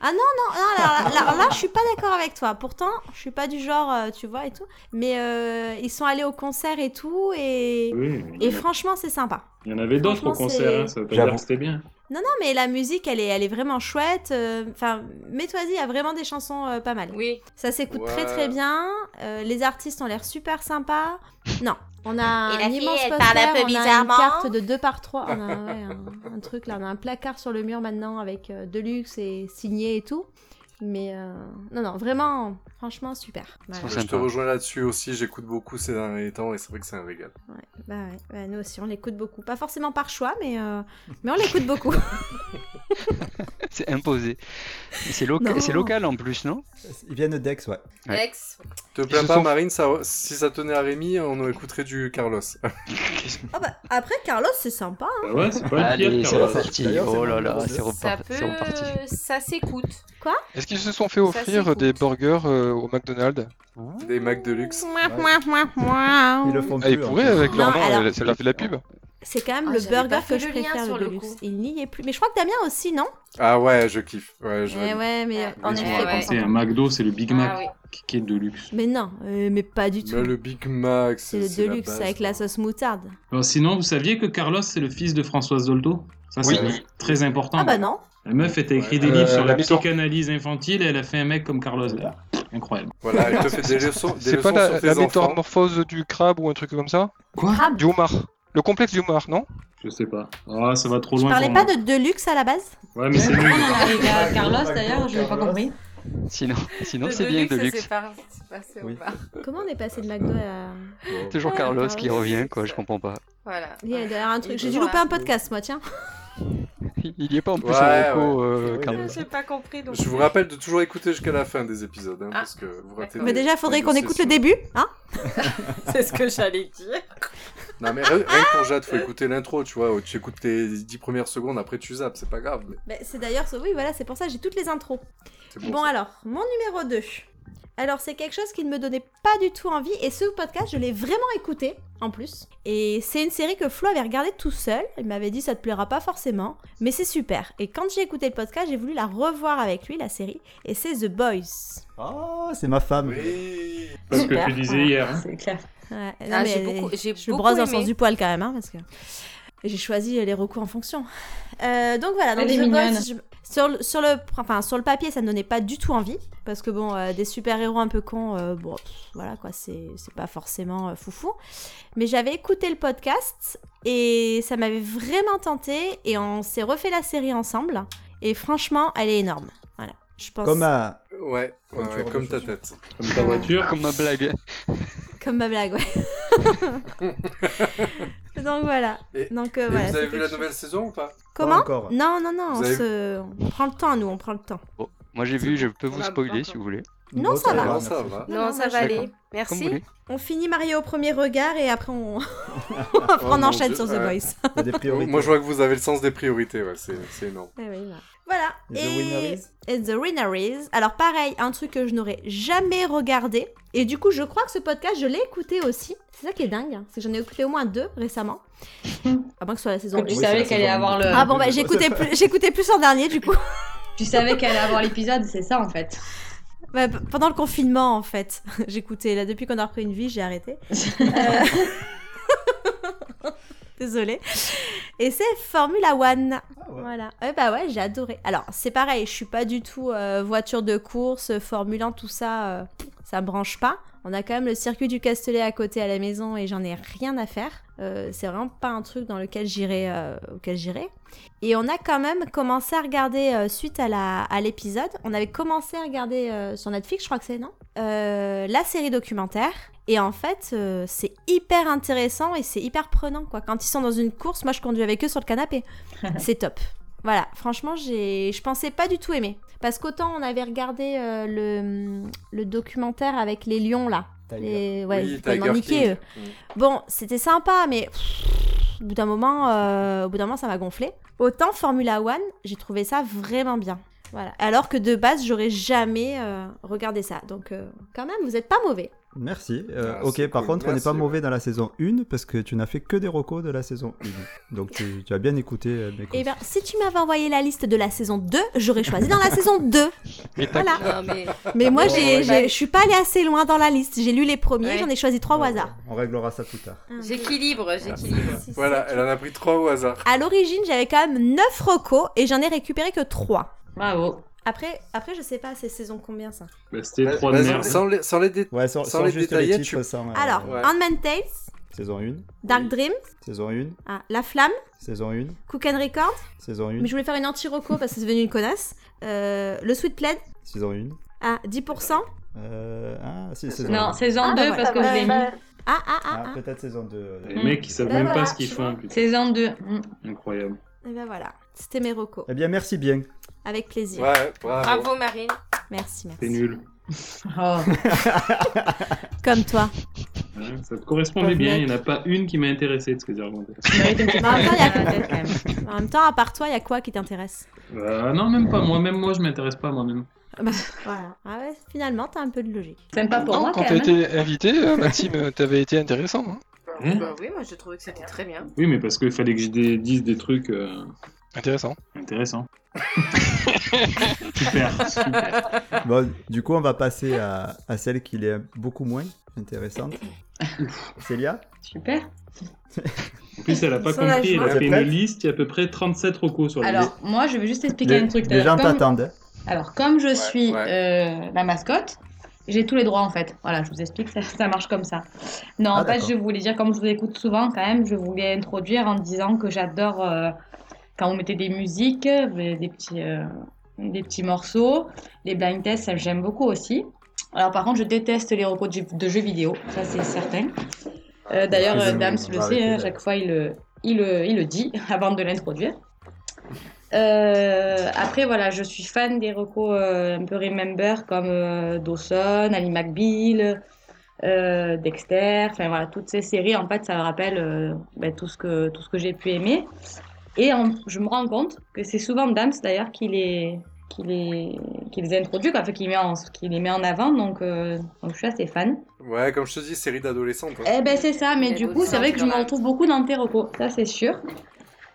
Ah Non, alors là, là, là, je suis pas d'accord avec toi. Pourtant, je suis pas du genre, euh, tu vois, et tout. Mais euh, ils sont allés au concert et tout, et, Oui, et franchement, c'est sympa. il y en avait d'autres au franchement, concert, c'est- hein, ça veut pas J'avoue. dire que c'était bien. Non, non, mais la musique, elle est, elle est vraiment chouette. euh, Enfin, mets-toi-y, il y a vraiment des chansons euh, pas mal. Oui. Ça s'écoute Ouais. très très bien. euh, les artistes ont l'air super sympas. Non, on a Et la un fille, immense elle poster, parle un peu on a une bizarrement. carte de 2 par 3 on a ouais, un, un truc là, on a un placard sur le mur maintenant avec euh, Deluxe et signé et tout. Mais euh, non, non, vraiment, franchement, super. Voilà. Trop Je te sympa. rejoins là-dessus aussi, j'écoute beaucoup ces derniers temps et c'est vrai que c'est un régal. Ouais, bah ouais, bah nous aussi, on l'écoute beaucoup. Pas forcément par choix, mais, euh, mais on l'écoute beaucoup. C'est imposé. Mais C'est loca- Non. c'est local en plus, non Ils viennent d'Aix, ouais. Ouais. Ex. Te plains se pas, sont- Marine, ça, si ça tenait à Rémi, on écouterait du Carlos. Ah bah, après, Carlos, c'est sympa. hein. Bah ouais, c'est pas le Allez, pire. c'est Carlos. reparti. D'ailleurs, c'est Oh là mon là, numéro deux. c'est Ça repar- peut. c'est reparti. Ça s'écoute. Est-ce qu'ils se sont fait Ça, c'est offrir cool. des burgers euh, au McDonald's Des Mac de luxe. Ils le font Ah, plus. Ils hein. pourraient avec leur Non, nom, alors- euh, ça leur fait de la pub. C'est quand même Ah, le j'avais burger pas que fait je le lien préfère, sur le le Deluxe. coup. Il n'y est plus. Mais je crois que Damien aussi, non Ah ouais, je kiffe. Ouais, je Eh valide. ouais, mais Ah, en Ils effet. ont ouais. raconté un McDo, c'est le Big Mac Ah oui. qui- qui est de luxe. Mais non, euh, mais pas du tout. Mais le Big Mac, C'est le la Deluxe base, avec la quoi. sauce moutarde. Ah, Alors, sinon, vous saviez que Carlos, c'est le fils de Françoise Dolto Ça, Oui. c'est très important. Ah bah non. La meuf, elle a écrit Ouais. des Euh, livres sur la la maison. psychanalyse infantile et elle a fait un mec comme Carlos. Là. Incroyable. Voilà, elle te fait des leçons, des C'est pas leçons la, sur tes la enfants. métamorphose du crabe ou un truc comme ça Quoi Du homard. Le complexe du homard, non Je sais pas. Ah, ça va trop Je loin. parlais pour pas moi. de Deluxe à la base Ouais, mais c'est nul. Ah non, non, il y a Ouais, Carlos Carlos, d'ailleurs, je n'ai pas Carlos. compris. Sinon, sinon Le c'est bien Deluxe, de luxe. C'est pas- c'est passé au Oui. bar. Comment on est passé de McDo à... Toujours Carlos bah qui Carlos. revient, quoi. Je comprends pas. Voilà. Il y a derrière un truc. J'ai dû Voilà. louper un podcast, moi, tiens. Il y est pas en plus Ouais, en reco, ouais. euh, Oui, Carlos. J'ai pas compris donc. Je vous rappelle de toujours écouter jusqu'à la fin des épisodes, hein, Ah, parce que vous ratez d'accord. Mais des- déjà, faudrait des qu'on dossiers écoute le sur- début, hein C'est ce que j'allais dire. Non mais rien rien que pour Jade, faut écouter l'intro, tu vois. où Tu écoutes les 10 premières secondes, après tu zappes, c'est pas grave. Mais Bah, C'est d'ailleurs... Oui, voilà, c'est pour ça j'ai toutes les intros. c'est Bon alors, mon numéro 2. Alors c'est quelque chose qui ne me donnait pas du tout envie et ce podcast je l'ai vraiment écouté en plus. Et c'est une série que Flo avait regardée tout seul, il m'avait dit ça te plaira pas forcément, mais c'est super. Et quand j'ai écouté le podcast j'ai voulu la revoir avec lui la série et c'est The Boys. Ah, Ah, c'est ma femme. Oui. C'est ce que tu disais hier. hein. C'est clair. Ouais, non, Ah, mais j'ai beaucoup- j'ai je beaucoup brosse dans le aimé. sens du poil quand même, hein, parce que j'ai choisi les recours en fonction. Euh, donc voilà, donc Elle est The Boys, mignonne. je- sur, le- sur, le, enfin, sur le papier, ça ne donnait pas du tout envie, parce que bon, euh, des super-héros un peu cons, euh, bon, pff, voilà quoi, c'est c'est pas forcément euh, foufou. Mais j'avais écouté le podcast, et ça m'avait vraiment tenté, et on s'est refait la série ensemble, et franchement, elle est énorme. Voilà, je pense. Comme à... Ouais, ouais, tu ouais, vois, comme je ta suis- tête. Comme ta voiture. Comme ma blague. Comme ma blague, ouais. donc voilà. Et- Donc, euh, Et voilà, vous c'est avez vu la quelque nouvelle saison ou pas chose. Comment encore. Non, non, non, Vous on, avez- se- on prend le temps, nous, on prend le temps. Bon, moi j'ai vu, je peux vous spoiler si vous voulez. Non, ça va. Non, ça va. Non, Non, non, ça moi, va je- aller. Comme vous Merci. voulez. On finit Mario au premier regard et après on, après, on Oh mon enchaîne Dieu, sur The ouais. Voice. Il y a des priorités. Moi, je vois que vous avez le sens des priorités, ouais, c'est c'est énorme. Eh Voilà. Et The Winner Is et The Winner Is. Alors pareil, un truc que je n'aurais jamais regardé. Et du coup, je crois que ce podcast, je l'ai écouté aussi. C'est ça qui est dingue, hein, c'est que j'en ai écouté au moins deux récemment. à moins que ce soit la saison Parce que Ah, tu 1. savais Oui, c'est la qu'elle allait saison avoir deux. le. Ah bon, bah j'écoutais plus, j'écoutais plus en dernier du coup. Tu savais qu'elle allait avoir l'épisode, c'est ça en fait. Bah, p- pendant le confinement, en fait. J'écoutais, là, depuis qu'on a repris une vie, j'ai arrêté. Euh, Désolée. Et c'est Formula One. Ah ouais. Voilà. Ouais, bah ouais, j'ai adoré. Alors, c'est pareil, je suis pas du tout euh, voiture de course, Formule 1, tout ça, euh, ça me branche pas. On a quand même le circuit du Castellet à côté à la maison et j'en ai rien à faire. Euh, c'est vraiment pas un truc dans lequel j'irai, euh, auquel j'irai. Et on a quand même commencé à regarder euh, suite à la à l'épisode. On avait commencé à regarder euh, sur Netflix, je crois que c'est non, Euh, la série documentaire. Et en fait, euh, c'est hyper intéressant et c'est hyper prenant quoi. Quand ils sont dans une course, moi je conduis avec eux sur le canapé. c'est top. Voilà, franchement, j'ai, je pensais pas du tout aimer. Parce qu'autant on avait regardé euh, le, le documentaire avec les lions là. Tiger. Les... Ouais, euh. oui, ils étaient complètement Tiger niqués, King. eux. Bon, c'était sympa, mais pff, au bout d'un moment, euh, au bout d'un moment, ça m'a gonflé. Autant Formula One, j'ai trouvé ça vraiment bien. Voilà. Alors que de base, j'aurais jamais euh, regardé ça. Donc, euh, quand même, vous êtes pas mauvais. Merci. Euh, Ah, ok, c'est par cool. contre, on n'est pas Merci, mauvais dans la saison 1 parce que tu n'as fait que des recos de la saison 1. Donc tu, tu as bien écouté euh, mes Eh conseils. bien, si tu m'avais envoyé la liste de la saison 2, j'aurais choisi dans la saison 2. Et t'as- Voilà. Non, mais Mais moi, Ouais, j'ai- ouais. j'ai- je suis pas allée assez loin dans la liste. J'ai lu les premiers, Ouais. j'en ai choisi trois au hasard. On réglera ça plus Ah, tard. j'équilibre, j'équilibre. Voilà, elle en a pris trois au hasard. À l'origine, j'avais quand même 9 recos et j'en ai récupéré que 3. Bravo. Après, après, je sais pas, c'est saison combien ça Bah, C'était Vas-y, trois de vas-y, merde. Sans les, sans les dé- Ouais, sans, Sans sans les juste les détailler, titres, tu- sans, euh, Alors, ouais. Handmaid's Tales, Saison 1, Dark Oui. Dream, saison 1, ah, La Flamme, saison 1, Cook and Record. saison 1, Mais je voulais faire une anti-roco parce que c'est devenu une connasse. Euh, le Sweet Plaid, saison 1. ah, 10%. Euh, ah, si, saison Non, 1. saison Ah, bah 2 voilà. parce que je l'ai mis. Ah, ah, ah, Ah, ah. peut-être saison 2. euh. Les mecs, ils savent Bah, même voilà, pas ce qu'ils tu font. putain. Saison 2. mm. Incroyable. Et ben voilà, c'était mes recos. Eh bien, merci bien. Avec plaisir. Ouais, bravo. Bravo, Marine. Merci, merci. C'est nul. Oh. Comme toi. Hein, Ça te correspondait Pauvre bien. mec. Il n'y en a pas une qui m'a intéressé de ce que j'ai raconté. Mais en même temps, il y a- Peut-être quand même. en même temps, à part toi, il y a quoi qui t'intéresse Euh, non, même pas moi. Même moi, je m'intéresse pas à moi-même. Voilà. Ah ouais, finalement, t'as un peu de logique. bah, C'est pas pour Non, moi quand quand t'as même. hein. été invité, euh, Maxime, euh, t'avais été intéressant. hein. Hein Hmm Bah oui, moi, je trouvais que c'était très bien. Oui, mais parce qu'il fallait que je dé- dise des trucs euh, Intéressant. intéressants. super, super. Bon, du coup, on va passer à, à celle qui est beaucoup moins intéressante. Célia Super. En plus, elle a pas Sans la compris. Elle joie. a Vous fait êtes une prête liste. Il y a à peu près 37 recos sur la liste. Alors, moi, je vais juste expliquer Les- un truc. Les gens Comme- t'attendent. hein. Alors, comme je suis ouais. euh, la mascotte, j'ai tous les droits en fait. Voilà, je vous explique, ça, ça marche comme ça. Non, Ah, en fait, d'accord. je voulais dire, comme je vous écoute souvent quand même, je voulais introduire en disant que j'adore euh, quand on mettait des musiques, des des petits, euh, des petits morceaux, les blind tests, ça, j'aime beaucoup aussi. Alors, par contre, je déteste les repos de, jeux- de jeux vidéo, ça c'est certain. Euh, D'ailleurs, Excusez-moi, euh, Dams on le va sait, arrêter hein, là. chaque fois il le, il le, il le dit avant de l'introduire. Euh, après, voilà, je suis fan des recos euh, un peu remember comme euh, Dawson, Ali McBeal, euh, Dexter, enfin voilà, toutes ces séries, en fait, ça me rappelle euh, ben, tout ce que, tout ce que j'ai pu aimer. Et en- je me rends compte que c'est souvent Dams d'ailleurs qui les, qui les, qui les introduit, quoi, enfin, qui, met en, qui les met en avant, donc, euh, donc je suis assez fan. Ouais, comme je te dis, série d'adolescentes. hein. Eh ben c'est ça, mais Mais du d'autres coup c'est vrai sortes que je me quand même. retrouve beaucoup dans tes recos, ça c'est sûr.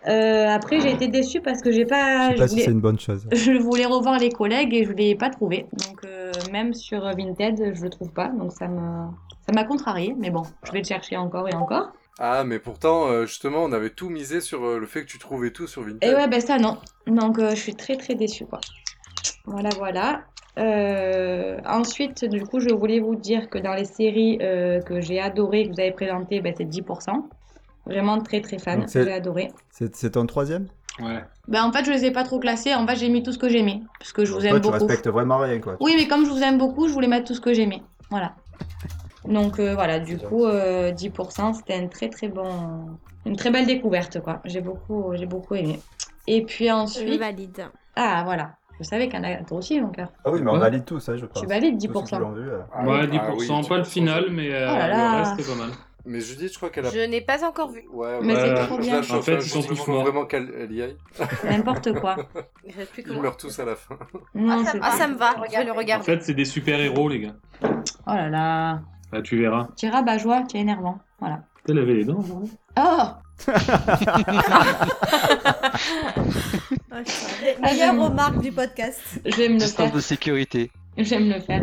Euh, après, j'ai été déçue parce que j'ai pas. Je sais pas je si voulais- c'est une bonne chose. je voulais revoir les collègues et je ne l'ai pas trouvé. Donc euh, même sur Vinted, je le trouve pas. Donc ça me ça m'a contrarié. Mais bon, je vais le chercher encore et encore. Ah, mais pourtant, euh, justement, on avait tout misé sur euh, le fait que tu trouvais tout sur Vinted. Et Euh. ouais, ben ça non. Donc euh, je suis très très déçue quoi. Voilà, voilà. Euh, ensuite, du coup, je voulais vous dire que dans les séries euh, que j'ai adorées, que vous avez présentées, ben, c'est 10%. Vraiment très très fan, Donc, c'est- j'ai adoré. C'est c'est ton troisième Ouais. Ben, en fait, je les ai pas trop classés. En fait, j'ai mis tout ce que j'aimais. Parce que je vous Donc, aime toi, tu beaucoup. respectes vraiment rien, quoi. Oui, mais comme je vous aime beaucoup, je voulais mettre tout ce que j'aimais. Voilà. Donc euh, voilà, du coup, euh, 10%, c'était un très très bon... une très belle découverte, quoi. J'ai beaucoup, j'ai beaucoup aimé. Et puis Je ensuite... valide. Ah, voilà. Je savais qu'en a... Toi aussi, mon cœur. Ah oui, mais on Ouais. valide tout ça, je pense. Tu valides Tous ceux qui 10%. l'ont vu, euh. Ah, ouais, ah 10%, oui, pas le final, mais euh, Oh là là. le reste, pas mal. Mais Judith, je crois qu'elle a. Je n'ai pas encore vu. Ouais, Mais ouais, c'est ouais. trop Je bien. la chauffe, En fait, hein, ils sont je pense tous qu'il faut morts. vraiment qu'elle elle y aille. C'est n'importe quoi. Il reste plus que Ils moi. meurent tous à la fin. Non, ça c'est va. Ah, ça me va, je vais Regarde. le En regarder. fait, c'est des super-héros, les gars. Oh là là. Bah, tu verras. Tira Bajoie, tu es énervant. Voilà. T'as lavé les dents, hein. Oh ouais. Meilleure remarque du podcast. J'aime le faire. Distance de sécurité. J'aime le faire.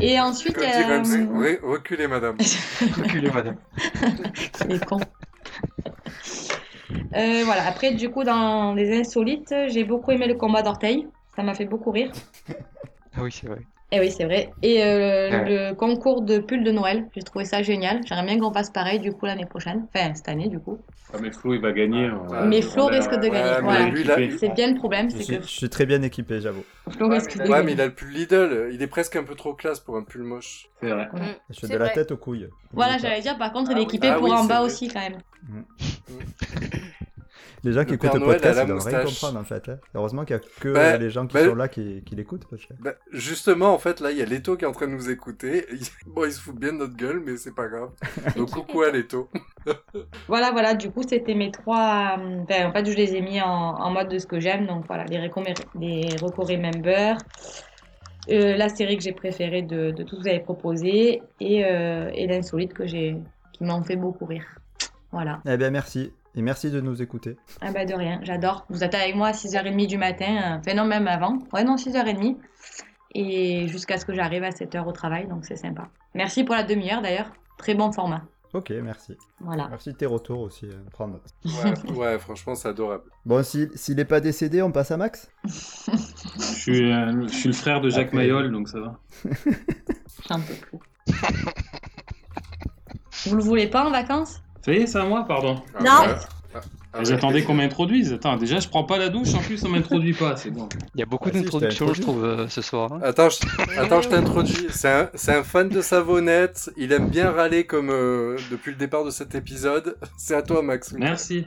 Et ensuite... Comme dit Ramsey, euh, Re- reculez, madame. Reculez, madame. Il est con. Euh, voilà, après, du coup, dans les insolites, j'ai beaucoup aimé le combat d'orteil. Ça m'a fait beaucoup rire. Ah oui, c'est vrai. Et oui, c'est vrai. Et euh, Ouais. le concours de pull de Noël, j'ai trouvé ça génial. J'aimerais bien qu'on fasse pareil, du coup, l'année prochaine. Enfin, cette année, du coup. Ah, mais Flo, il va gagner. hein. Ah, mais on Flo l'a- risque de on l'a gagner. Ouais, mais voilà. lui, là, équipé. C'est bien le problème, Je c'est suis, que je suis très bien équipé, j'avoue. Flo Ouais, risque mais de Ouais, mais gagner. il a le pull Lidl. Il est presque un peu trop classe pour un pull moche. C'est vrai. Mm. Je suis C'est de la vrai. tête aux couilles. Voilà, j'allais dire, par contre, il Ah est oui. équipé Ah pour oui, en c'est bas vrai. aussi, quand même. Les gens qui Le écoutent Père le Noël podcast, à la ils devraient rien moustache. comprendre, en fait. hein. Heureusement qu'il n'y a que Ben, les gens qui ben- sont là qui, qui l'écoutent. parce que- Bah, justement, en fait, là, il y a Leto qui est en train de nous écouter. Bon, il se fout bien de notre gueule, mais c'est pas grave. Donc, coucou à Leto. Voilà, voilà, du coup, c'était mes trois. euh, Enfin, en fait, je les ai mis en, en mode de ce que j'aime. Donc, voilà, les, recommé- les reco Remember, euh, la série que j'ai préférée de, de tout ce que vous avez proposé et, euh, et l'insolite que j'ai qui m'en fait beaucoup rire. Voilà. Eh bien, merci. Et merci de nous écouter. Ah bah de rien, j'adore. Vous êtes avec moi à 6h30 du matin, euh, enfin non même avant. Ouais non 6h30. Et jusqu'à ce que j'arrive à 7h au travail, donc c'est sympa. Merci pour la demi-heure d'ailleurs. Très bon format. Ok, merci. Voilà. Merci de tes retours aussi. hein. Prends note. Ouais, ouais, franchement, c'est adorable. Bon, si- s'il n'est pas décédé, on passe à Max Je suis, euh, je suis le frère de Jacques Après. euh, Mayol, donc ça va. J'en peux plus. Vous le voulez pas en vacances Ça y est, c'est à moi, pardon. Ah, Non. ouais. Ah, ah, ouais. J'attendais qu'on m'introduise. Attends, déjà, je prends pas la douche, en plus, on m'introduit pas, c'est bon. Il y a beaucoup Ah si, je t'ai d'introductions, je introduit. trouve, euh, ce soir. hein. Attends, je, Attends, je t'introduis. C'est un, c'est un fan de savonnette. Il aime bien râler comme euh, depuis le départ de cet épisode. C'est à toi, Max. Merci.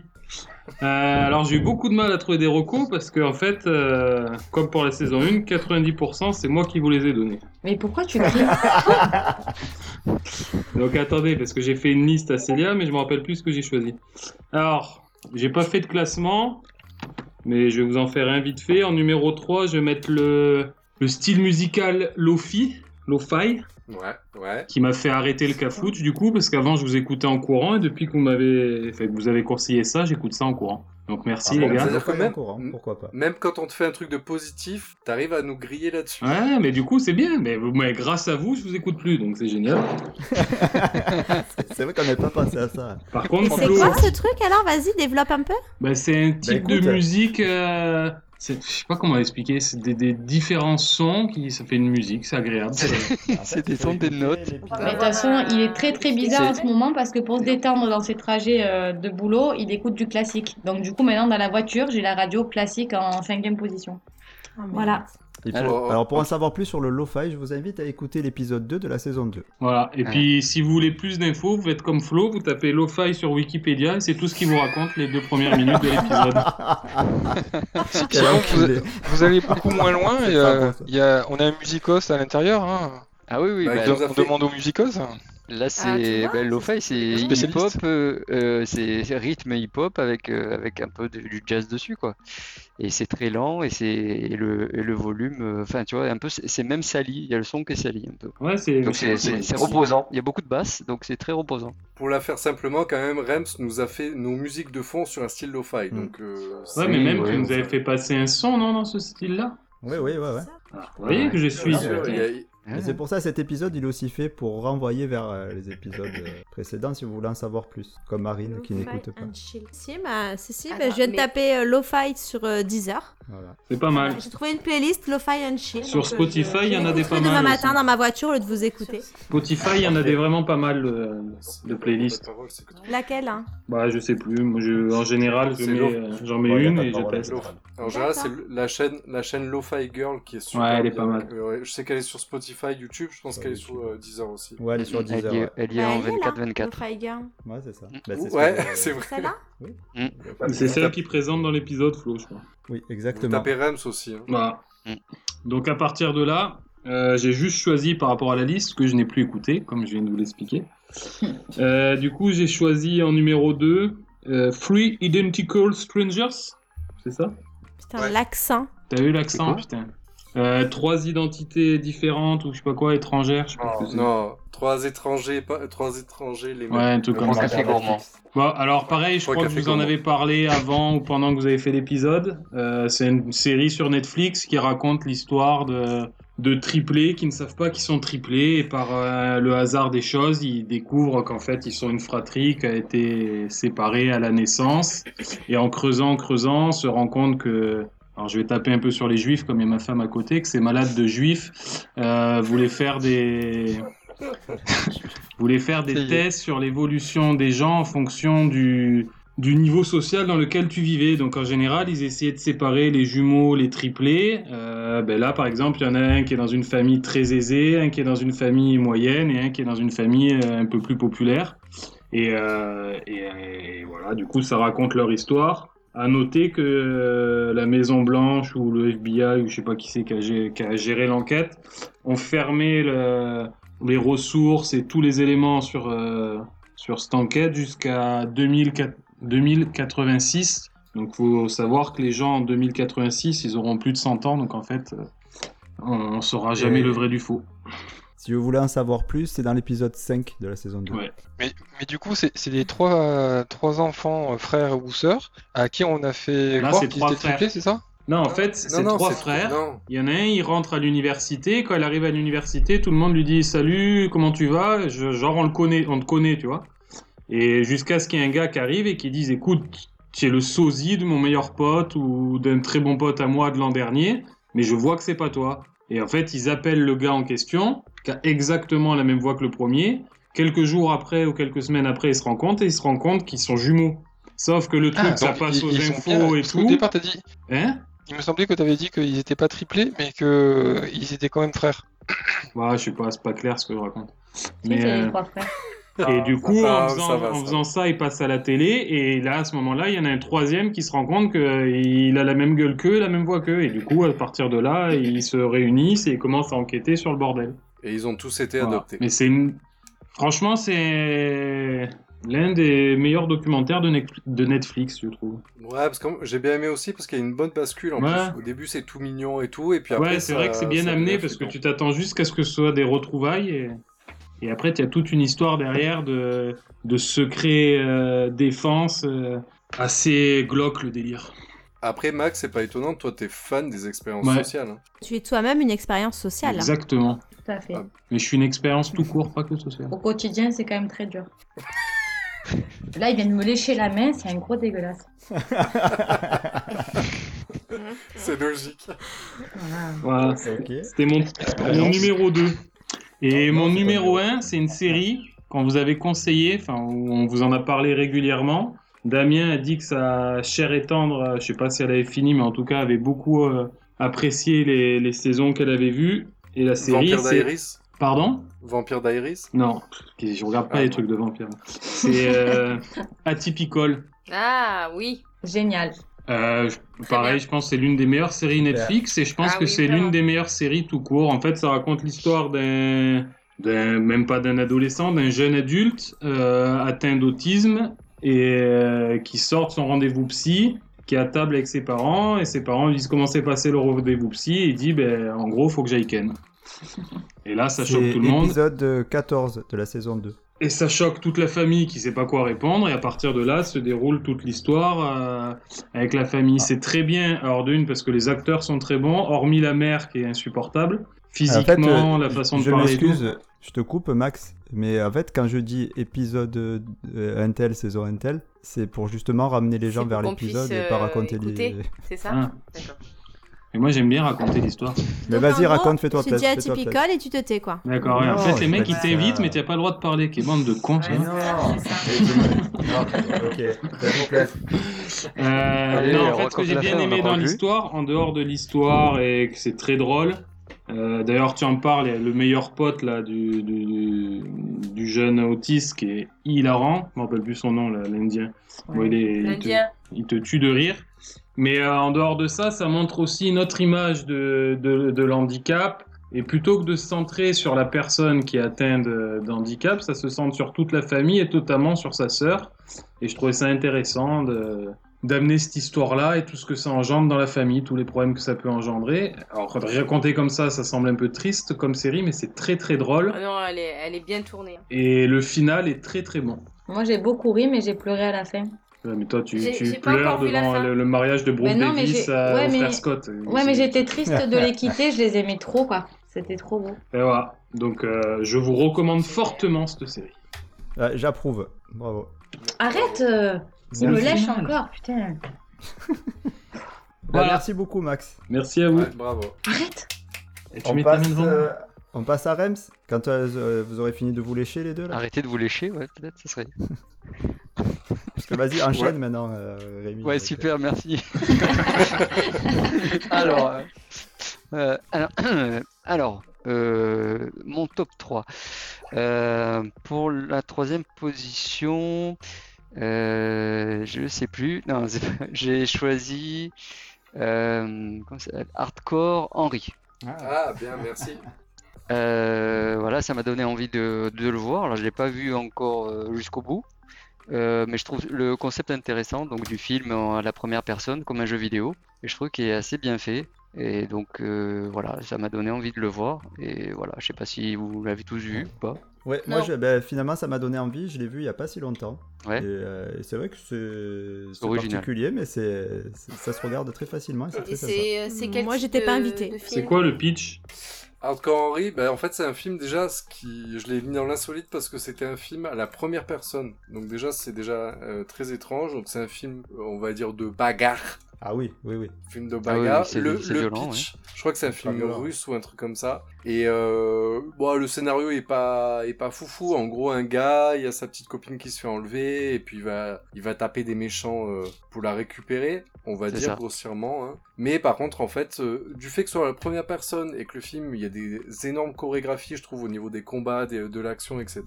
Euh, alors j'ai eu beaucoup de mal à trouver des recos parce que en fait, euh, comme pour la saison 1, 90% c'est moi qui vous les ai donnés. Mais pourquoi tu cries Donc attendez, parce que j'ai fait une liste à Célia, mais je me rappelle plus ce que j'ai choisi. Alors, j'ai pas fait de classement, mais je vais vous en faire un vite fait. En numéro 3, je vais mettre le, le style musical Lofi, Lo-Fi, Ouais, ouais. qui m'a fait arrêter le cafout du coup, parce qu'avant je vous écoutais en courant, et depuis que vous m'avez, enfin, que vous avez conseillé ça, j'écoute ça en courant. Donc merci Ah, les bon, gars. c'est-à-dire Quand qu'on est même. au courant, pourquoi pas Même quand on te fait un truc de positif, t'arrives à nous griller là-dessus. Ouais, mais du coup, c'est bien. Mais, mais grâce à vous, je vous écoute plus, donc c'est génial. C'est- C'est vrai qu'on n'avait pas pensé à ça. Par contre, C'est Flo, quoi ce truc alors Vas-y, développe un peu. bah, c'est un type écoute, de euh, musique. euh, c'est- je sais pas comment expliquer. C'est des, des différents sons qui ça fait une musique. C'est agréable. C'est- C'est des sons, des notes. Mais de toute façon, il est très très bizarre en ce moment parce que pour se détendre dans ses trajets euh, de boulot, il écoute du classique. Donc du coup, maintenant dans la voiture, j'ai la radio classique en cinquième position. Ah, Voilà. Et pour- Alors- euh, alors, pour en savoir plus sur le lo-fi, je vous invite à écouter l'épisode 2 de la saison 2. voilà. Et puis, si vous voulez plus d'infos, vous faites comme Flo, vous tapez Lo-Fi sur Wikipédia, et c'est tout ce qu'il vous raconte les deux premières minutes de l'épisode. Quel Sinon, enculé. vous allez beaucoup moins loin. C'est et, euh, pas bon, ça. il y a, on a un musicos à l'intérieur. Hein. Ah oui, oui, Bah, bah, il de- nous a on fait- demande aux musicoses. là tu c'est vois, bah, Lo-Fi, c'est spécialiste. hip-hop, euh, euh, c'est c'est rythme hip-hop avec, euh, avec un peu de- du jazz dessus, quoi. Et c'est très lent et, c'est et le, et le volume, euh, enfin tu vois, un peu, c'est c'est même sali, il y a le son qui est sali un peu. Ouais, c'est. Donc c'est c'est- c'est reposant, il y a beaucoup de basses, donc c'est très reposant. Pour la faire simplement, quand même, Rems nous a fait nos musiques de fond sur un style lo-fi. Mm. Donc, euh, Ouais, c'est- mais même Oui, tu ouais, nous avais fait passer un son, non, dans ce style-là Oui, oui, oui. Vous voyez que je Bien suis. sûr, il y a- Ouais. Et c'est pour ça cet épisode il est aussi fait pour renvoyer vers euh, les épisodes euh, précédents si vous voulez en savoir plus. Comme Marine qui n'écoute pas. Si, bah, si, si, bah, Alors, je viens de mais- taper euh, Lo-Fi sur euh, Deezer. Voilà. C'est pas mal. J'ai trouvé une playlist Lo-Fi and Chill. Sur donc, euh, Spotify, je- il y en a j'écoute des pas demain mal matin aussi. dans ma voiture au lieu de vous écouter. Spotify, il y en a des vraiment pas mal euh, de playlists. Laquelle hein Bah, je sais plus. Moi, je, en général, je C'est mets, lourd. euh, j'en mets Ouais, y a une pas de et je parole, teste. y a pas de En général, c'est D'accord. la chaîne, la chaîne Lo-Fi Girl qui est super. Ouais, elle est bien. pas mal. Euh, ouais, je sais qu'elle est sur Spotify, YouTube, je pense Sur qu'elle est sur YouTube. euh, Deezer aussi. Ouais, elle est sur Elle y 10 est- heures. elle y est Bah, en elle est là, 24-24. Lo-Fi Girl. Ouais, Bah, c'est ça. Mm. ce que ouais, j'ai- c'est vrai. Celle-là Mm. C'est celle qui présente dans l'épisode, Flo, je crois. Oui, Vous exactement. tapez Rems aussi. hein. Voilà. Mm. Donc à partir de là, euh, j'ai juste choisi par rapport à la liste que je n'ai plus écouté, comme je viens de vous l'expliquer. Euh, du coup, j'ai choisi en numéro 2 Free Identical Strangers. C'est ça Putain, Ouais. l'accent. T'as eu l'accent, C'est quoi putain. Euh, trois identités différentes ou je sais pas quoi, étrangères, je sais pas Oh, ce que c'est. Non, trois étrangers, pas, trois étrangers, les Ouais, un truc Euh, comme trois ça. café gourmand. Bon, alors pareil, je Trois crois que je cafés vous en gourmands. avez parlé avant ou pendant que vous avez fait l'épisode. Euh, c'est une série sur Netflix qui raconte l'histoire de, de triplés qui ne savent pas qu'ils sont triplés et par euh, le hasard des choses, ils découvrent qu'en fait ils sont une fratrie qui a été séparée à la naissance et en creusant, en creusant, on se rend compte que alors je vais taper un peu sur les juifs comme il y a ma femme à côté, que ces malades de juifs euh, voulaient faire des voulaient faire Ça y des est. tests sur l'évolution des gens en fonction du du niveau social dans lequel tu vivais. Donc en général, ils essayaient de séparer les jumeaux, les triplés. Euh, ben là, par exemple, il y en a un qui est dans une famille très aisée, un qui est dans une famille moyenne et un qui est dans une famille euh, un peu plus populaire. Et, euh, et, euh, et voilà, du coup, ça raconte leur histoire. À noter que euh, la Maison Blanche ou le FBI ou je sais pas qui c'est qui a gé- qui a géré l'enquête ont fermé le- les ressources et tous les éléments sur euh, sur cette enquête jusqu'à 2004 2086. Donc faut savoir que les gens en 2086, ils auront plus de 100 ans, donc en fait, euh, on ne saura jamais Et- le vrai du faux. Si vous voulez en savoir plus, c'est dans l'épisode 5 de la saison 2. Ouais. Mais, mais du coup, c'est c'est les trois, trois enfants, euh, frères ou sœurs, à qui on a fait Là, croire c'est qu'ils trois étaient frères. triplés, c'est ça Non, en fait, c'est trois c'est- frères. non. Il y en a un, il rentre à l'université. Quand il arrive à l'université, tout le monde lui dit Salut, comment tu vas Je- Genre, on le connaît, on te connaît, tu vois. Et jusqu'à ce qu'il y ait un gars qui arrive et qui dise Écoute, tu es le sosie de mon meilleur pote ou d'un très bon pote à moi de l'an dernier, mais je vois que c'est pas toi. Et en fait, ils appellent le gars en question, qui a exactement la même voix que le premier. Quelques jours après ou quelques semaines après, ils se rencontrent et ils se rendent compte qu'ils sont jumeaux. Sauf que le truc, Ah, ça donc, passe ils- aux ils sont bien, infos et parce qu'au tout. départ, t'as dit, Hein il me semblait que tu avais dit qu'ils n'étaient pas triplés, mais qu'ils étaient quand même frères. Bah, je sais pas, c'est pas clair ce que je raconte. Si, Mais, c'est les euh, trois frères. Et du Ah, Ça Ah, coup, va, en, ça faisant, va, en ça faisant ça, il passe à la télé. Et là, à ce moment-là, il y en a un troisième qui se rend compte qu'il a la même gueule qu'eux, la même voix qu'eux. Et du coup, à partir de là, ils se réunissent et ils commencent à enquêter sur le bordel. Et ils ont tous été Voilà. adoptés. Mais c'est une... Franchement, c'est l'un des meilleurs documentaires de, Net- de Netflix, je trouve. Ouais, parce que j'ai bien aimé aussi parce qu'il y a une bonne bascule en Ouais. plus. Au début, c'est tout mignon et tout, et puis après. Ouais, c'est ça- vrai que c'est bien ça amené devient parce que flippant. tu t'attends jusqu'à ce que ce soit des retrouvailles et, et après tu as toute une histoire derrière de, de secret euh, défense euh, assez glauque le délire. Après, Max, c'est pas étonnant, toi, t'es fan des expériences Ouais. sociales. hein. Tu es toi-même une expérience sociale. Exactement. Tout à fait. Ah. Mais je suis une expérience tout court, pas que sociale. Au quotidien, c'est quand même très dur. Là, il vient de me lécher la main, c'est un gros dégueulasse. C'est logique. Voilà. Ok. C'était mon, mon numéro 2. Et Non, non, mon c'est pas numéro mieux. 1, c'est une série qu'on vous avait conseillé, enfin, où on vous en a parlé régulièrement. Damien a dit que sa chère et tendre, euh, je sais pas si elle avait fini, mais en tout cas, avait beaucoup euh, apprécié les, les saisons qu'elle avait vues. Et la série. Vampire c'est- d'Iris Pardon Vampire d'Iris Non, je regarde pas Ah, les bon. trucs de vampires. C'est euh, Atypical. Ah oui. Génial. Euh, je- pareil, je pense que c'est l'une des meilleures séries Netflix et je pense Ah que oui, c'est vraiment. l'une des meilleures séries tout court. En fait, ça raconte l'histoire d'un, d'un- même pas d'un adolescent, d'un jeune adulte euh, atteint d'autisme et euh, qui sort de son rendez-vous psy, qui est à table avec ses parents et ses parents lui disent comment s'est passé le rendez-vous psy et il dit ben en gros faut que j'aille ken. Et là, ça C'est choque tout le monde. Épisode 14 de la saison 2. Et ça choque toute la famille qui sait pas quoi répondre. Et à partir de là se déroule toute l'histoire euh, avec la Ah. famille. C'est très bien. Alors d'une parce que les acteurs sont très bons, hormis la mère qui est insupportable. Physiquement, En fait, euh, la façon je de parler. et tout. m'excuse, je te coupe Max, mais en fait quand je dis épisode euh, euh, Intel, saison Intel, c'est pour justement ramener les gens pour vers qu'on l'épisode puisse, et pas euh, raconter les... écouter. C'est ça Ah. D'accord. Et moi j'aime bien raconter l'histoire. Mais Donc, en vas-y gros, raconte, fais-toi Tu dis plaisir. à fais-toi plaisir. Typical et tu te tais, quoi. D'accord. et en Non, fait les j'ai mecs pas ils dit t'invitent ça. mais t'as pas le droit de parler. Qui bande de cons. Ouais, hein. c'est ça, c'est ça. ok, s'il vous plaît. Euh, Allez, non, on en fait, ce que raconte j'ai la bien fin, on aimé l'a dans revu. l'histoire, en dehors de l'histoire et que c'est très drôle. euh, D'ailleurs, tu en parles, il y a le meilleur pote là du, du- du, du jeune autiste qui est hilarant. Je me rappelle plus son nom, là, l'Indien. Bon, il, est- il te, L'Indien. il te tue de rire. Mais euh, en dehors de ça, ça montre aussi une autre image de, de, de l'handicap. Et plutôt que de se centrer sur la personne qui est atteinte de- d'handicap, ça se centre sur toute la famille et notamment sur sa sœur. Et je trouvais ça intéressant de d'amener cette histoire-là et tout ce que ça engendre dans la famille, tous les problèmes que ça peut engendrer. Alors, quand raconter comme ça, ça semble un peu triste comme série, mais c'est très très drôle. Ah non, elle est, elle est bien tournée. hein. Et le final est très très bon. Moi, j'ai beaucoup ri, mais j'ai pleuré à la fin. Ouais, Mais toi, tu, J'ai- tu j'ai pas pleures encore vu la devant fin. le, le mariage de Brooke Mais non, mais Davis j'ai- à ouais, au frère mais- Scott. Ouais, mais j'étais triste de les quitter, je les aimais trop, quoi. C'était trop beau. Et voilà. Donc, euh, je vous recommande fortement cette série. Euh, J'approuve, bravo. Arrête euh, Il me Merci. lèche encore, putain. Bah, Voilà. merci beaucoup Max. Merci à vous. Ouais, bravo. Arrête Et tu On mets ta main passe, devant moi. euh, on passe à Rems quand euh, vous aurez fini de vous lécher les deux là. Arrêtez de vous lécher, ouais, peut-être, ça serait. Parce que vas-y, enchaîne Ouais. maintenant euh, Rémi. Ouais, Donc, euh, super, merci. alors, euh, euh, alors, alors, euh, mon top 3. Euh, pour la troisième position, euh, je sais plus. Non, c'est pas- j'ai choisi euh, comment ça s'appelle Hardcore Henry. Ah, bien, merci. Euh, voilà, ça m'a donné envie de, de le voir. Alors, je l'ai pas vu encore euh, jusqu'au bout, Euh, mais je trouve le concept intéressant, donc du film en- à la première personne comme un jeu vidéo, et je trouve qu'il est assez bien fait. Et donc euh, voilà, ça m'a donné envie de le voir. Et voilà, je sais pas si vous l'avez tous vu ou pas. Ouais, Non. moi je- ben, finalement ça m'a donné envie, je l'ai vu il y a pas si longtemps. Ouais. Et, euh, et c'est vrai que c'est- c'est Original. particulier, mais c'est c'est- ça se regarde très facilement. et C'est Et très sympa. c'est, euh, c'est quel Moi, type j'étais pas de- invitée. de C'est film quoi le pitch Hardcore Henry, ben, en fait, c'est un film déjà, ce qui, je l'ai mis dans l'insolite parce que c'était un film à la première personne. Donc déjà, c'est déjà euh, très étrange. Donc c'est un film, euh, on va dire, de bagarre. Ah oui, oui, oui. Film de Ah oui, bagarre. c'est- le, c'est le violent, pitch, je crois que c'est un film violent. russe ou un truc comme ça. Et euh, bon, le scénario est pas, est pas foufou. En gros, un gars, il y a sa petite copine qui se fait enlever et puis il va, il va taper des méchants euh, pour la récupérer. On va C'est dire ça. grossièrement. hein. Mais par contre, en fait, euh, du fait que ce soit la première personne et que le film, il y a des énormes chorégraphies, je trouve, au niveau des combats, des- de l'action, etc.,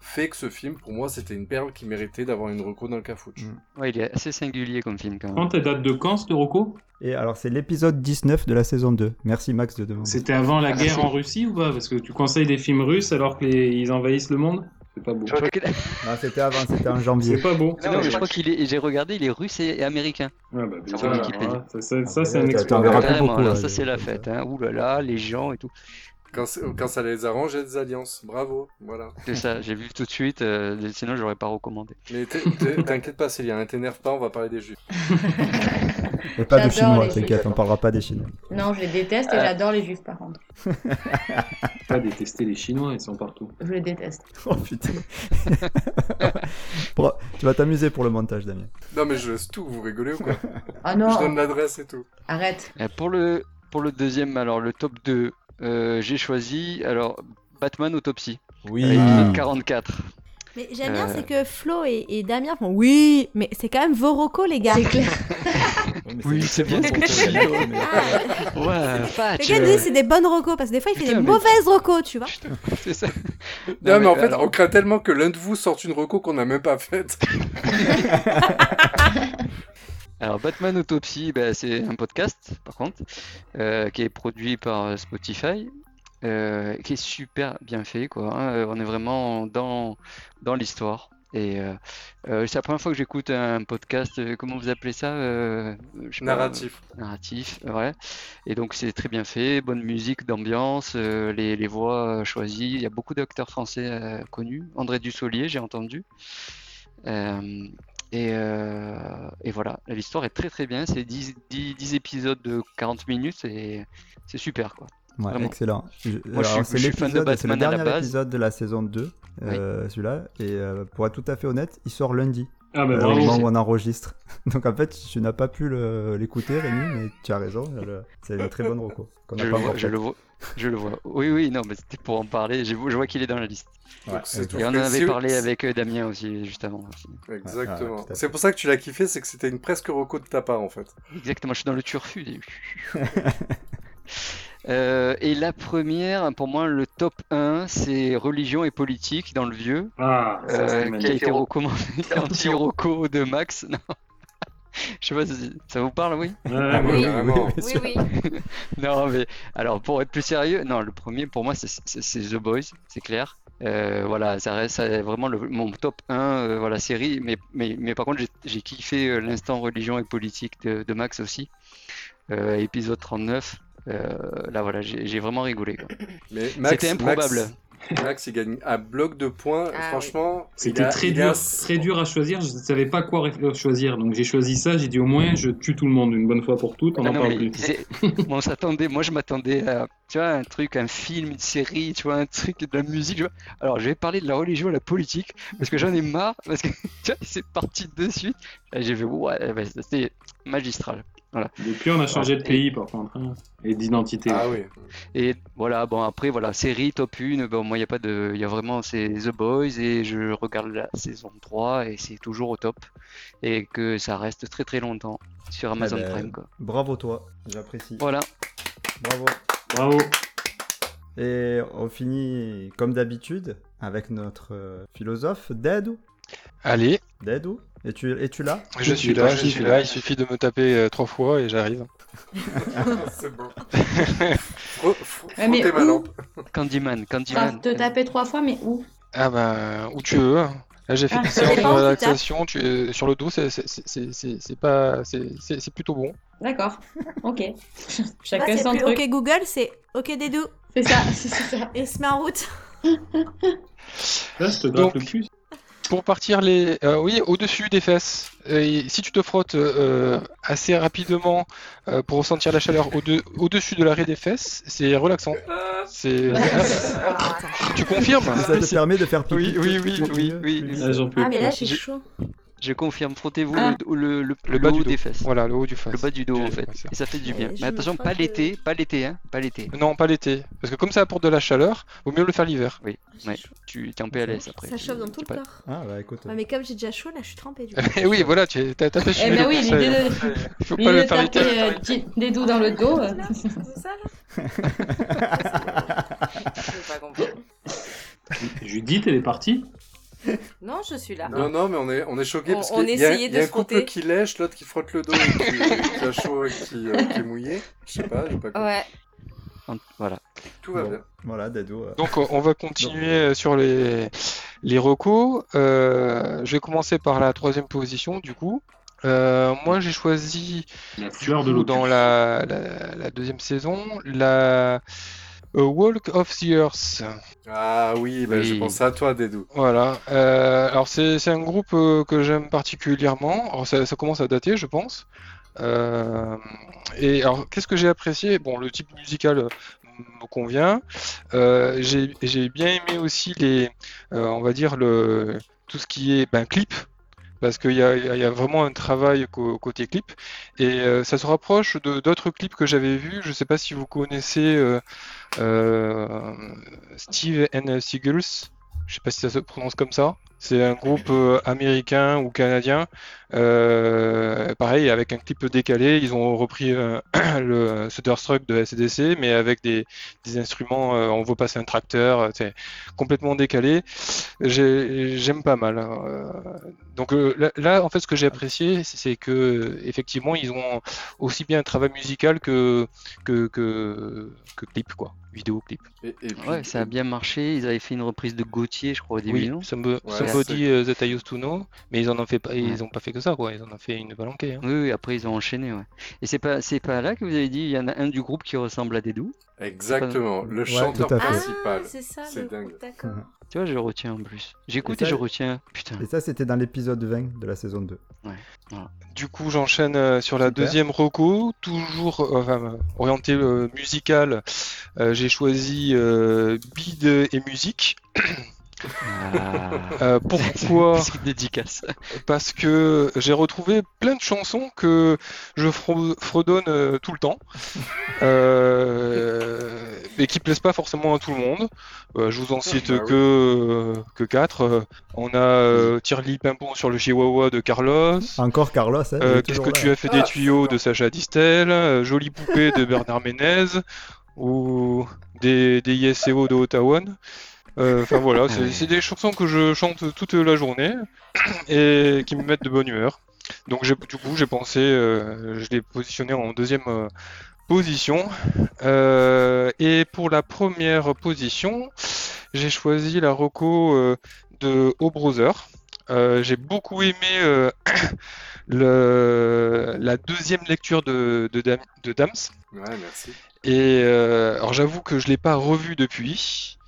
fait que ce film, pour moi, c'était une perle qui méritait d'avoir une reco dans le cafouche. Mm. Ouais, il est assez singulier comme film quand même. Quand ta date de quand, ce Rocco Et alors c'est l'épisode 19 de la saison 2. Merci Max de demander. C'était avant Ah, la guerre en Russie ou pas Parce que tu conseilles des films russes alors qu'ils envahissent le monde C'est pas beau. Je crois qu'il- Non, c'était avant, c'était en C'est janvier. pas beau. Non, mais je crois qu'il est. J'ai regardé, il est russe et et américain. Ouais, bah, Sur putain, Wikipédia. voilà, ça, ça- ça, c'est un Attends, exploit. on verra plus Carrément, beaucoup, alors là, ça c'est la ça. fête. Hein. Ouh là là, les gens et tout. Quand, c'est- quand ça les arrange, il y a des alliances. Bravo. Voilà. C'est ça. J'ai vu tout de suite. euh, sinon, j'aurais pas recommandé. Mais t'es- t'es- t'inquiète pas, Célia, hein, t'énerve pas, on va parler des juifs. Et pas de J'adore chinois, les t'inquiète, on parlera pas des chinois. Non, je les déteste et j'adore les juifs, par contre. Pas détester les Chinois, ils sont partout. Je les déteste. Oh putain. Bon, tu vas t'amuser pour le montage, Damien. Non, mais je laisse tout, vous rigolez ou quoi Ah Je donne non l'adresse et tout. Arrête Euh, pour le pour le deuxième, alors le top 2, euh, j'ai choisi alors Batman Autopsie, Oui. avec l'épisode 44. Mais j'aime bien, Euh. c'est que Flo et, et Damien font oui, mais c'est quand même vos rocos, les gars. C'est clair. Oui, c'est bien pour Ah, Ouais, les Fatch, gars euh, disent c'est des bonnes rocos parce que des fois il fait Putain, des mais- mauvaises rocos, tu vois. c'est ça. Non, mais en fait, alors, on craint tellement que l'un de vous sorte une reco qu'on n'a même pas faite. Alors, Batman Autopsy, ben, c'est un podcast, par contre, euh, qui est produit par euh, Spotify, euh, qui est super bien fait, quoi. hein. Euh, on est vraiment dans, dans l'histoire. Et euh, euh, c'est la première fois que j'écoute un podcast, euh, comment vous appelez ça euh, je sais pas, euh, Narratif. narratif, ouais. Et donc c'est très bien fait, bonne musique, d'ambiance, euh, les, les voix euh, choisies. Il y a beaucoup d'acteurs français euh, connus. André Dussolier, j'ai entendu. Euh, et, euh, et voilà, l'histoire est très très bien. C'est 10, 10 10 épisodes de 40 minutes et c'est super quoi. Ouais, Vraiment. excellent. Je- euh, Moi, je alors, suis- c'est je suis fan de l'épisode- c'est le Batman à la dernier base. épisode de la saison 2, euh, celui-là. Et euh, pour être tout à fait honnête, il sort lundi, Ah bah euh, au bravo. moment où on enregistre. Donc en fait, tu n'as pas pu le- l'écouter, Rémi, mais tu as raison. elle- euh, C'est une très bonne recours. Je le, vois, je le vois. Je le vois. Oui, oui, non, mais c'était pour en parler. Je, vois- je vois qu'il est dans la liste. Donc, c'est tout. Et on en Mais si- avait parlé avec euh, Damien aussi, juste avant. aussi. Exactement. Ah, tout à fait. c'est pour ça que tu l'as kiffé, c'est que c'était une presque reco de ta part en fait. Exactement, je suis dans le turfu. des- Euh, et la première, pour moi, le top 1, c'est religion et politique dans le vieux, Ah, ça, euh, c'est qui a magnifique. été recommandé anti-roco de Max. Non. Je sais pas si ça vous parle, oui Ouais, Ah, oui, oui. vraiment. bien Oui, sûr. oui. Non, mais alors pour être plus sérieux, non, le premier pour moi c'est- c'est c'est The Boys, c'est clair. Euh, voilà, ça reste ça, vraiment le- mon top 1, euh, voilà, série. Mais, mais, mais par contre, j'ai- j'ai kiffé euh, l'instant religion et politique de, de Max aussi. Euh, épisode 39. euh, là, voilà, j'ai j'ai vraiment rigolé. quoi. Mais C'était improbable. Max, Max, il gagne un bloc de points. Ah, Franchement, il C'était a- très il a- dur, très dur à choisir. Je ne savais pas quoi ré- euh, choisir, donc j'ai choisi ça. J'ai dit au moins, je tue tout le monde une bonne fois pour toutes. On Ah n'en non, parle mais plus. c'est- on s'attendait, moi je m'attendais à tu vois, un truc, un film, une série, tu vois, un truc, de la musique. tu vois. Alors je vais parler de la religion et la politique parce que j'en ai marre, parce que tu vois, c'est parti de suite. Et J'ai fait, ouais, ouais, c'était magistral. Depuis, on a changé de pays, par contre, hein, et d'identité. Ah oui. Et voilà, bon après, voilà, série top 1, bon, moi il n'y a pas de. Il y a vraiment, c'est The Boys et je regarde la saison 3 et c'est toujours au top et que ça reste très très longtemps sur Amazon Eh ben, Prime. Quoi. Bravo toi, j'apprécie. Voilà, Bravo. Bravo. Et on finit comme d'habitude avec notre euh, philosophe Dadou. Allez, Dadou, et tu es tu là je suis là, je suis là. Il suffit de me taper euh, trois fois et j'arrive. c'est bon. Fro- fro- Ouais, Eh, mais frottez ma où lampe. Candyman, Enfin, Candyman. te taper trois fois, mais où Ah bah, où tu veux. hein. Là, j'ai fait Ah, une ça séance de dépend où tu tapes. relaxation tu- euh, sur le dos. c'est- c'est- c'est- C'est c'est- c'est pas, c'est- c'est c'est plutôt bon. D'accord. Ok. Là, Chacun c'est son plus truc. Ok Google, c'est Ok Dédou. C'est ça, c'est c'est ça. Et il se met en route. Là, je te Donc- gratte le cul. Pour partir les, euh, oui, au-dessus des fesses. Et si tu te frottes euh, assez rapidement euh, pour ressentir la chaleur au-de- au-dessus de l'arrêt des fesses, c'est relaxant. Ah. C'est. tu confirmes Ça te permet de faire Oui, pipi oui, tout- oui, tout- oui, tout- oui. tout- Ah, j'en peux Ah, mais là, plus. c'est Euh, Je- chaud. Je confirme, frottez-vous Ah. le, le, le, Le bas haut du dos. des fesses. Voilà, le haut du face. Le bas du dos en fait. Ouais, c'est Et ça fait du bien. Ouais, je Mais me attention, crois pas que- l'été, pas l'été, hein, pas l'été. Non, pas l'été. Parce que comme ça apporte de la chaleur, vaut mieux le faire l'hiver. Ouais, tu t'es en PLS après. Ah, Ça tu- chauffe dans tu tout le pas- corps. Ah bah écoute. euh. Ouais, mais comme j'ai déjà chaud, là, je suis trempée du coup. Et Eh oui, voilà, tu t'as tapé Eh ben oui, l'idée de, Faut pas l'idée le de faire taper l'été. euh, di- des doigts dans le dos. euh, C'est ça, là Je n'ai pas compris. Judith, elle est partie. Non, je suis là. Non, non, mais on est, on est choqués On- parce on qu'il y a, essayait il y a de un se couple frotter. qui lèche, l'autre qui frotte le dos et qui, qui a chaud et qui, euh, qui est mouillé. Je sais pas, j'ai pas compris. Ouais. en- Voilà. Tout va Bon, bien. Voilà, Dadou. euh, Donc on- on va continuer euh, sur les, les recos. Euh, je vais commencer par la troisième position du coup. Euh, moi j'ai choisi La du fleur de coup, l'eau. dans la, la- la deuxième saison la euh, Walk of the Earth. Ah oui, bah, Oui. j'ai pensé à toi, Dédou. Voilà. Euh, alors c'est c'est un groupe euh, que j'aime particulièrement. Alors ça, ça commence à dater, je pense. Euh, et alors qu'est-ce que j'ai apprécié? Bon, le type musical euh, me convient. Euh, j'ai j'ai bien aimé aussi les, euh, on va dire le tout ce qui est ben, clip. Parce qu'il y a, il y a- il y a vraiment un travail co- côté clip. Et euh, ça se rapproche de d'autres clips que j'avais vus. Je sais pas si vous connaissez euh, euh, Steve and the Seagulls. Je sais pas si ça se prononce comme ça. C'est un groupe euh, américain ou canadien. Euh, pareil, avec un clip peu décalé, ils ont repris euh, le Thunderstruck de SDC, mais avec des, des instruments, euh, on voit passer un tracteur, euh, c'est complètement décalé. J'ai- J'aime pas mal. hein. Euh, Donc euh, là, là, en fait, ce que j'ai apprécié, c'est- c'est que euh, effectivement, ils ont aussi bien un travail musical que que que, que clip, quoi, vidéo clip. Et, et puis, Ouais, ça a bien marché. Ils avaient fait une reprise de Gauthier, je crois, au début, Oui, non Ouais, Somebo- Somebody euh, That I Used to Know, mais ils en ont fait pas, Ouais. ils ont pas fait que ça, quoi. Ils en ont fait une palanquée. hein. Oui, oui, après ils ont enchaîné, ouais. Et c'est pas, c'est pas là que vous avez dit, il y en a un du groupe qui ressemble à Dédou. Exactement, le Ouais, chanteur tout à fait. principal. Ah, c'est ça, C'est le dingue. groupe, d'accord. Mhm. Tu vois, je retiens en plus. J'écoute Et et, ça- je retiens. Putain. Et ça, c'était dans l'épisode 20 de la saison 2. Du coup, j'enchaîne euh, sur la Super. deuxième reco, toujours euh, enfin, orientée euh, musicale. Euh, j'ai choisi euh, bid et musique. Ah. Euh, pourquoi Petite dédicace. Parce que j'ai retrouvé plein de chansons que je fro- fredonne euh, tout le temps, euh, et qui plaisent pas forcément à tout le monde. Euh, je vous en cite bah oui. que que quatre. Euh, On a euh, Tirli Pimpon sur le Chihuahua de Carlos. Encore Carlos, hein, il Euh, est Qu'est-ce toujours que là. tu as fait Ah, des tuyaux de Sacha Distel, euh, Jolie poupée de Bernard Ménez ou des, des ISEO de Ottawa. Euh, Enfin voilà, c'est c'est des chansons que je chante toute la journée et qui me mettent de bonne humeur. Donc j'ai- du coup j'ai pensé, euh, je l'ai positionné en deuxième euh, position. Euh, et pour la première position, j'ai choisi la reco euh, de O Brother. Euh, j'ai beaucoup aimé euh, le, la deuxième lecture de, de, Dam- de Dams. Ouais, merci. Et euh, alors j'avoue que je l'ai pas revu depuis,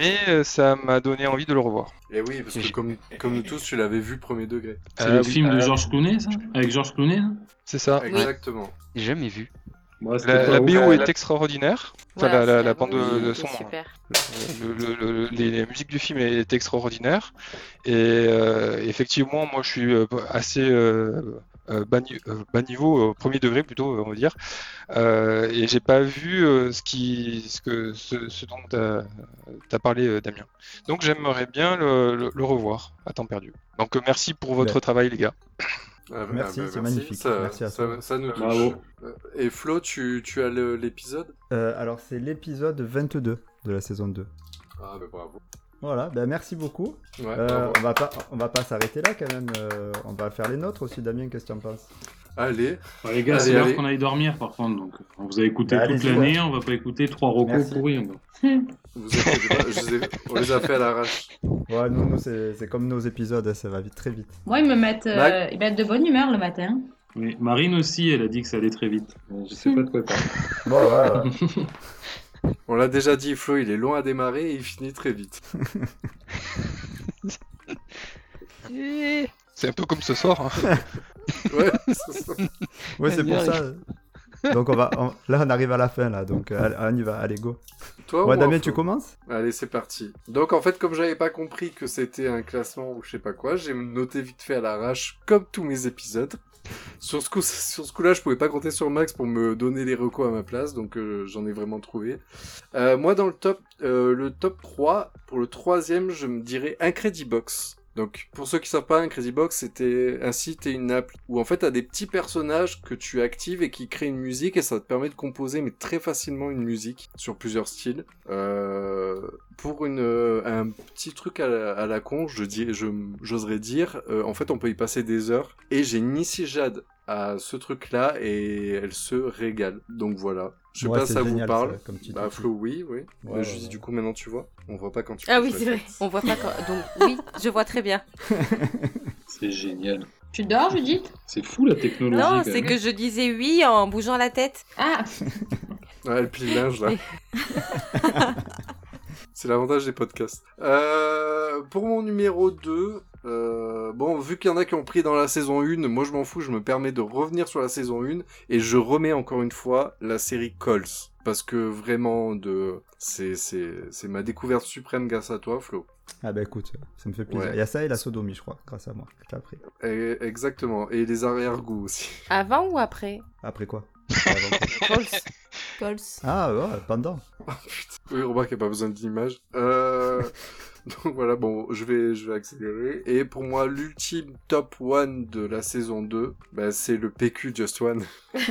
mais euh, ça m'a donné envie de le revoir. Et oui, parce que comme, comme nous tous, tu l'avais vu premier degré. C'est Ah le oui, film de ah, Georges Clooney, ça Avec Georges Clooney hein C'est ça. Exactement. J'ai Jamais vu. Bah, c'était La, pas la ouf. BO Ouais, est la- extraordinaire. Enfin, Voilà, la, la- c'est la la bande bonne de, de musique, son. hein. Super. Le- le- le- les, la musique du film est extraordinaire. Et euh, effectivement, moi je suis euh, assez euh, euh, bas, ni- euh, bas niveau, euh, premier degré plutôt, euh, on va dire. Euh, et j'ai pas vu euh, ce, qui, ce, que, ce, ce dont t'as as parlé, euh, Damien. Donc j'aimerais bien le, le- le revoir à temps perdu. Donc euh, merci pour votre Ben. travail, les gars. Ah, bah, Merci, bah, c'est magnifique. Ça, Merci à ça- toi. ça nous touche. Bravo. Euh, Et Flo, tu, tu as le- l'épisode Euh, alors, c'est l'épisode 22 de la saison 2. Ah, bah bravo. Voilà, ben merci beaucoup. Ouais, Euh, bravo. on va pas, on va pas s'arrêter là quand même. euh, on va faire les nôtres aussi, Damien. Qu'est-ce que tu en penses Allez, Bah, les gars, Allez, c'est l'heure allez. qu'on aille dormir par contre. Donc, on vous a écouté Bah, toute allez-y, l'année, on va pas écouter trois recos Merci. pourris. hein, on va. vous inquiétez pas, je les ai- on les a fait à l'arrache. Ouais, nous, nous, c'est c'est comme nos épisodes, hein, ça va vite, très vite. Moi, ils me mettent, euh, Mag- ils mettent de bonne humeur le matin. Oui, Marine aussi, elle a dit que ça allait très vite. Euh, Je sais pas de quoi elle parle. Bon, voilà. On l'a déjà dit, Flo, il est long à démarrer et il finit très vite. C'est un peu comme ce soir. hein. Ouais, c'est ça. Ouais, On c'est y pour ça. arrive. Donc on va, on- là on arrive à la fin là, donc euh, on y va, allez go. Toi, ou Ouais, moi, Damien, tu Flo commences Allez, c'est parti. Donc, en fait, comme j'avais pas compris que c'était un classement ou je sais pas quoi, j'ai noté vite fait à l'arrache, comme tous mes épisodes. Sur ce coup, sur ce coup-là, je pouvais pas compter sur Max pour me donner les recos à ma place, donc euh, j'en ai vraiment trouvé. Euh, moi, dans le top, euh, le top 3, pour le troisième, je me dirais Incredibox. Donc, pour ceux qui savent pas, Incredibox, c'était un site et une app où, en fait, t'as des petits personnages que tu actives et qui créent une musique et ça te permet de composer, mais très facilement, une musique sur plusieurs styles. Euh, pour une, euh, un petit truc à la, à la con, je dis, je, j'oserais dire, euh, en fait, on peut y passer des heures. Et j'ai initié Jade à ce truc-là et elle se régale. Donc voilà. Je sais Ouais, pas si c'est ça vous génial, parle. ça, comme petit Bah outil. Flo, oui, oui. Ouais, Mais je ouais, dis ouais. du coup maintenant tu vois. On voit pas quand tu. Ah oui, passes c'est la vrai. tête. On voit pas quand... Donc oui, je vois très bien. C'est génial. Tu dors, Judith C'est fou la technologie. Non, quand c'est même. que je disais oui en bougeant la tête. Ah, Ouais, le pilage là. c'est l'avantage des podcasts. Euh, pour mon numéro 2, euh, bon, vu qu'il y en a qui ont pris dans la saison 1, moi je m'en fous, je me permets de revenir sur la saison 1 et je remets encore une fois la série Colts. Parce que vraiment, de... c'est c'est- c'est ma découverte suprême grâce à toi, Flo. Ah bah écoute, ça me fait plaisir. Ouais. Il y a ça et la sodomie je crois, grâce à moi, que t'as appris. Et- exactement. Et les arrière-goûts aussi. Avant ou après Après quoi Avant quoi Cols. Ah ouais, pendant. Oui, remarque, il n'y a pas besoin d'image. Euh... Donc voilà, bon, je vais, je vais accélérer. Et pour moi, l'ultime top one de la saison 2, bah, c'est le PQ Just One.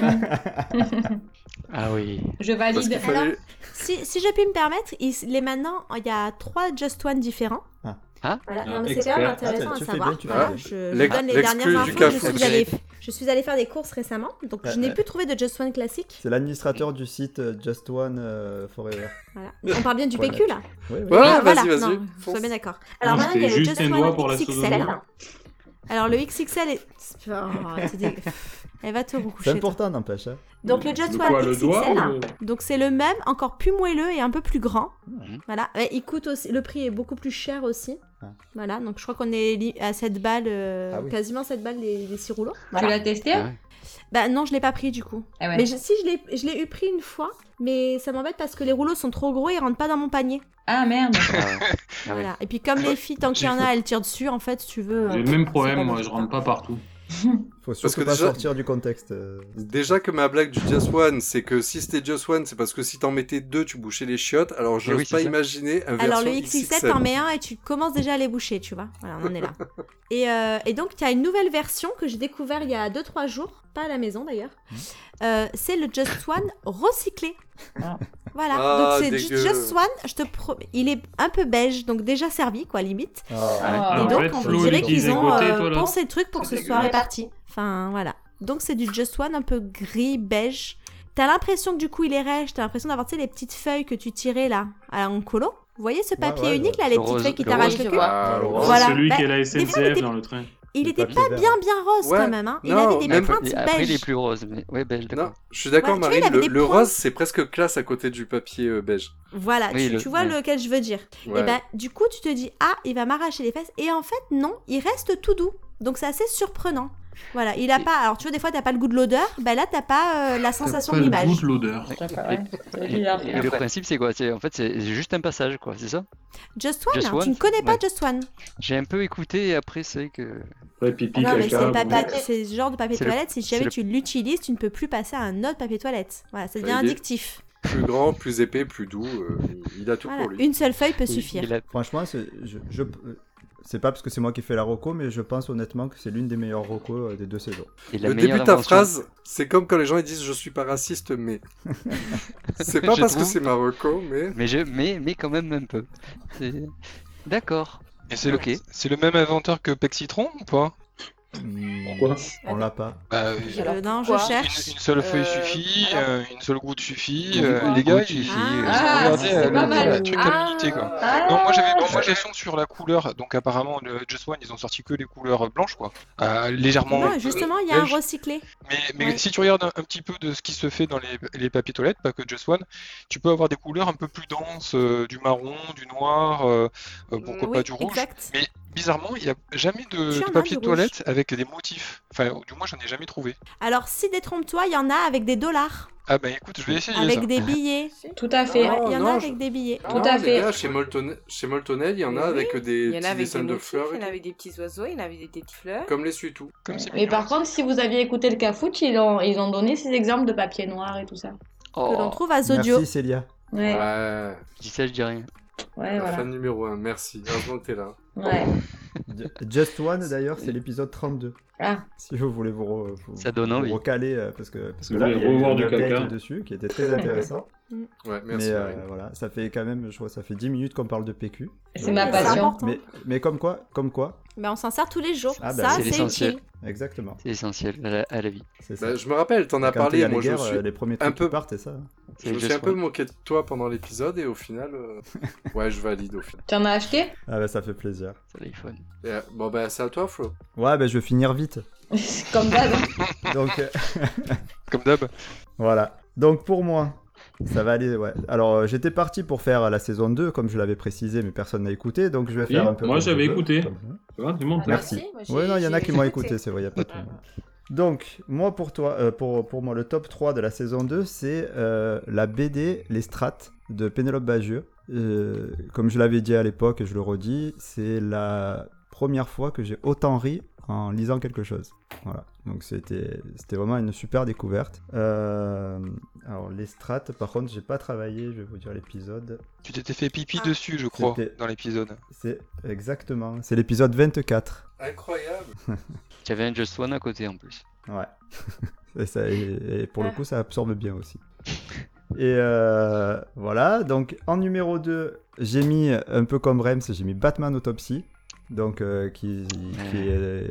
Ah oui. Je Parce valide. qu'il fallait... Si, si je puis me permettre, il, il est maintenant, il y a trois Just One différents. Ah. Ah. Voilà. Ah, Non, mais c'est expert. quand même Ah, intéressant tu à fais savoir. bien, tu fais Voilà, bien. je, je L'ex- donne les l'exclu dernières du infos. CAF, Je ok. suis, allée, je suis allée faire des courses récemment, donc Ouais, je n'ai ouais. plus trouvé de Just One classique. C'est l'administrateur du site euh, Just One euh, Forever. Voilà. On parle bien du Ouais. PQ là. Oui, oui. Voilà, Voilà, vas-y, non, vas-y. Sois fonce. bien d'accord. Alors Non, maintenant, il y a c'était le juste Just une One loi pour la XXL. sodomie. Alors le XXL est. Oh, t'es dégueu. Elle va te C'est recoucher. toi. important, n'empêche. hein. Donc le Just De One quoi, le XXL. doigt ou le- Donc c'est le même, encore plus moelleux et un peu plus grand. Mhm. Voilà, Et il coûte aussi, le prix est beaucoup plus cher aussi. Ah. Voilà, donc je crois qu'on est li- à 7 balles, euh, Ah oui. quasiment 7 balles les, les 6 rouleaux. Tu l'as testé Ah ouais. Bah non, je l'ai pas pris du coup. Eh ouais. Mais je- si, je l'ai- je l'ai eu pris une fois, mais ça m'embête parce que les rouleaux sont trop gros et ils rentrent pas dans mon panier. Ah merde. Ah ouais. Ah oui. Voilà. Et puis comme les filles, tant qu'il y en a, elles tirent dessus, en fait, si tu veux... J'ai euh, le même c'est pas problème, moi, bon. je rentre pas partout. Faut surtout que pas déjà- sortir du contexte. euh. Déjà que ma blague du Just One, c'est que si c'était Just One, c'est parce que si t'en mettais deux, tu bouchais les chiottes. Alors je Eh n'ose oui, c'est pas ça. imaginer un version Alors le XXL, t'en mets un et tu commences déjà à les boucher, tu vois. Voilà, on en est là. et, euh, et donc, tu as une nouvelle version que j'ai découvert il y a 2-3 jours, pas à la maison d'ailleurs. Euh, c'est le Just One recyclé. Ah. Voilà, Ah, donc c'est ju- dégueu. Just One, je te promets, il est un peu beige, donc déjà servi, quoi, limite. Ah, et en donc, fait, on Flo, dirait il qu'ils utilise ont un côté, euh, toi, là. pensé le truc pour que ce soit Dégueulasse. réparti. Enfin, voilà. Donc, c'est du Just One un peu gris, beige. T'as l'impression que du coup, il est rêche, t'as l'impression d'avoir, tu sais, les petites feuilles que tu tirais, là, à- en colo. Vous voyez ce papier ouais, unique, là, les le petites rose- feuilles qui le t'arrachent rose, le je cul vois. Ah, le rose. Voilà. Celui Bah, qui est la fois, il SNCF était- dans le train. Il Le était papier pas vert. bien bien rose Ouais. quand même. Hein. Il Non, avait des Mais même- après, pointes il- après, il est beige. plus rose, mais ouais, belle, Non, d'accord. je suis d'accord, Voilà, tu vois, il Marine. avait Le, des le points. rose, c'est presque classe à côté du papier euh, beige. Voilà, Oui, tu, le- tu vois ouais. lequel je veux dire. Ouais. Et ben du coup, tu te dis ah, il va m'arracher les fesses. Et en fait, non, il reste tout doux. Donc c'est assez surprenant. Voilà, il a Et- pas. Alors tu vois, des fois, t'as pas le goût de l'odeur. Ben là, t'as pas euh, la sensation de Pas le goût l'image. de l'odeur. Je sais pas, ouais. C'est Et- bizarre. et le principe, c'est quoi C'est En fait, c'est c'est juste un passage, quoi, c'est ça Just One, Just hein, One, tu ne connais pas ouais. Just One. J'ai un peu écouté et après, c'est que. Ouais, pipi, non, mais c'est caca. le bon. papa- c'est ce genre de papier C'est le- toilette. Si c'est jamais le- Bah, tu l'utilises, tu ne peux plus passer à un autre papier toilette. Voilà, ça devient Ça y est. addictif. Plus grand, plus épais, plus doux. euh, il- il a tout Voilà, pour lui. une seule feuille peut il- suffire. il a- Franchement, c'est je- je- euh, c'est pas parce que c'est moi qui fais la roco, mais je pense honnêtement que c'est l'une des meilleures roco euh, des deux saisons. il a Le meilleure début de ta invention. phrase, c'est comme quand les gens ils disent je suis pas raciste, mais. c'est pas Je parce que trouve. c'est Marocco, mais. Mais, je... mais, mais quand même un peu. C'est- D'accord. Et c'est le- Ok. c'est le même inventeur que Pexitron ou pas Hmm, Pourquoi On l'a pas. Bah, euh, Et alors, Euh, non, je pourquoi cherche. une, une seule feuille Euh, suffit, alors- euh, une seule goutte suffit. Une euh, goutte les gars, suffit, ils, euh, Ah, regardez, c'est pas mal. le truc à l'unité quoi. Ah. Non, moi j'avais bon, moi, j'ai son sur la couleur, donc apparemment le Just One ils ont sorti que les couleurs blanches quoi, Euh, légèrement. euh, Non, justement, il y a un beige. recyclé. Mais, Eh, mais Ouais. si tu regardes un, un petit peu de ce qui se fait dans les, les papiers toilettes, pas que Just One, tu peux avoir des couleurs un peu plus denses, euh, du marron, du noir, euh, euh, pourquoi Mm, Oui, pas du rouge. exact. Mais bizarrement, il n'y a jamais de, Si, de on a papier du de toilette avec des motifs. Enfin, du moins, j'en ai jamais trouvé. Alors, si détrompe-toi, il y en a avec des dollars, Ah ben écoute, je vais essayer ça. avec des billets. Tout à fait. Ouais, il y en non, a je- avec des billets. Non, Tout à les fait. gars, chez Molton, chez Moltonel, il y en a Mais avec des Il y en a petits avec des dessins de motifs, fleurs, il y et en a tout, avec des petits oiseaux, il y en a avec des petites fleurs. comme les suitou. Comme c'est Mais par contre, si vous aviez écouté le Cafout, ils ont, ils ont donné ces exemples de papier noir et tout ça. Que l'on Oh, trouve à Zodio. Merci Célia. Ouais, Ouais, je dis ça, je dis rien. ouais, la voilà. fan numéro 1, merci. Heureusement que t'es là. Ouais. Ju- Just One d'ailleurs, c'est l'épisode 32. Ah. Si vous voulez vous, re- vous- Ça donne vous envie. recaler euh, parce que parce que Vous là voulez il y a eu revoir un du update caca. dessus qui était très intéressant. Mm. Ouais, merci. mais euh, Marine. voilà, ça fait quand même je crois ça fait 10 minutes qu'on parle de PQ. C'est Euh, ma C'est passion. important. Mais mais comme quoi, comme quoi Mais on s'en sert tous les jours. Ah, bah, ça, c'est c'est l'essentiel. utile. Exactement. C'est essentiel à la, à la vie. C'est ça. Bah, je me rappelle, t'en as Quand il y parlé, a les moi je me guerres, suis, euh, les premiers un trucs peu- qui partent, c'est ça. C'est je me juste suis un peu one. moqué de toi pendant l'épisode et au final, euh, ouais, je valide au final. Tu en as acheté Ah bah ça fait plaisir. C'est l'iPhone. Et, euh, bon, bah c'est à toi, Flo. Ouais, bah je vais finir vite. Comme d'hab. Donc euh, Comme d'hab. Voilà. Donc pour moi, ça va aller. Ouais. Alors euh, j'étais parti pour faire la saison 2, comme je l'avais précisé, mais personne n'a écouté, donc je vais Si, faire un peu. moi, comme je j'avais veux. écouté. Comme ça. Tu vois, du monde. Bah, Merci. Ouais, non, il y en a qui m'ont écouté, c'est vrai, il n'y a pas tout le monde. Donc, moi pour toi, euh, pour, pour moi, le top 3 de la saison 2, c'est euh, la BD Les Strates de Pénélope Bagieux. Euh, comme je l'avais dit à l'époque et je le redis, c'est la première fois que j'ai autant ri en lisant quelque chose. Voilà, donc c'était c'était vraiment une super découverte. Euh, alors les strates, par contre, j'ai pas travaillé, je vais vous dire l'épisode. Tu t'étais fait pipi dessus, je crois, C'était- dans l'épisode. C'est exactement, c'est l'épisode 24. Incroyable. Tu avais un Just One à côté en plus. Ouais. et, ça- et- et pour le coup, ça absorbe bien aussi. Et euh, voilà, donc en numéro 2, j'ai mis un peu comme Rems, j'ai mis Batman Autopsy, donc euh, qui, qui, est, euh,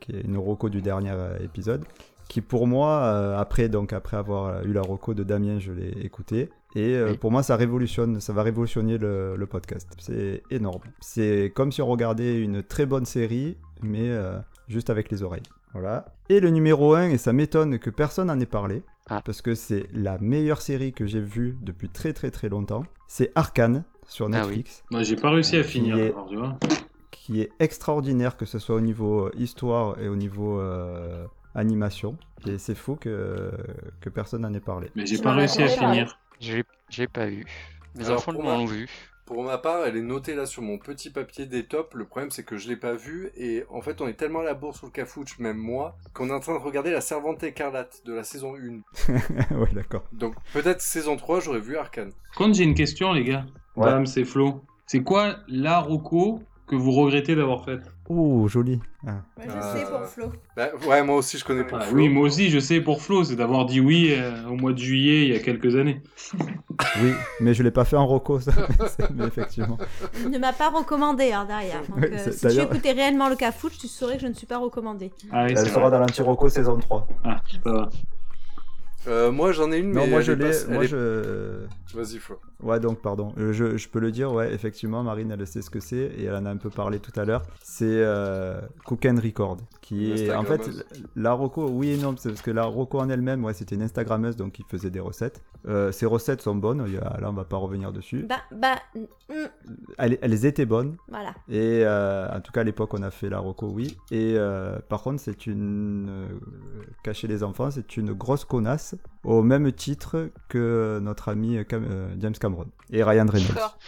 qui est une reco du dernier euh, épisode, qui pour moi, euh, après, donc, après avoir eu la reco de Damien, je l'ai écouté, et euh, Oui. pour moi ça révolutionne, ça va révolutionner le, le podcast, c'est énorme. C'est comme si on regardait une très bonne série, mais euh, juste avec les oreilles. Voilà. Et le numéro 1, et ça m'étonne que personne n'en ait parlé, Ah. parce que c'est la meilleure série que j'ai vue depuis très très très longtemps, c'est Arcane sur Ah oui. Netflix, Moi, j'ai pas réussi à finir, Il est- alors, tu vois. qui est extraordinaire, que ce soit au niveau euh, histoire et au niveau euh, animation. Et c'est fou que, que personne n'en ait parlé. Mais j'ai Tu pas m'en réussi à racontais, là. finir. J'ai j'ai pas vu. Mes Alors, enfants pour l'ont moi- vu. Pour ma part, elle est notée là sur mon petit papier des tops. Le problème, c'est que je l'ai pas vue. Et en fait, on est tellement à la bourre sur le cafouche, même moi, qu'on est en train de regarder la Servante écarlate de la saison 1. ouais, d'accord. Donc, peut-être saison 3, j'aurais vu Arcane. Quand j'ai une question, les gars, Ouais. Bam, c'est Flo. C'est quoi la roco que vous regrettez d'avoir faite Ouh, joli. Ah. Moi, Bah, je Ah. sais pour Flo. Bah, ouais, moi aussi, je connais pas. Ah Oui, moi aussi, je sais pour Flo, c'est d'avoir dit oui euh, au mois de juillet il y a quelques années. Oui, mais je l'ai pas fait en roco, ça. mais effectivement. Il ne m'a pas recommandé hein, derrière. Donc, Oui, euh, c'est- si tu d'ailleurs- écoutais réellement le cafouche, tu saurais que je ne suis pas recommandée. Ah, oui, c'est vrai. dans l'anti-roco saison 3. Ah, ça va. Euh, moi, j'en ai une, Non, mais moi elle je est pas- l'ai. elle Moi est- je. Vas-y, Flo. Ouais, donc, pardon. Euh, Je, je peux le dire, ouais, effectivement, Marine, elle sait ce que c'est, et elle en a un peu parlé tout à l'heure. C'est euh, Cook and Record, qui Une est. En fait, Instagrammeuse. la Rocco, oui et non, c'est parce que la Rocco en elle-même, ouais, c'était une Instagrammeuse, donc qui faisait des recettes. Euh, ses recettes sont bonnes, il y a- là, on va pas revenir dessus. Bah, bah, mm, Elles, elles étaient bonnes, voilà. et euh, en tout cas, à l'époque, on a fait la Rocco, oui. Et euh, par contre, c'est une. euh, cacher les enfants, c'est une grosse connasse, au même titre que notre ami Cam- euh, James Cameron et Ryan Reynolds. D'accord.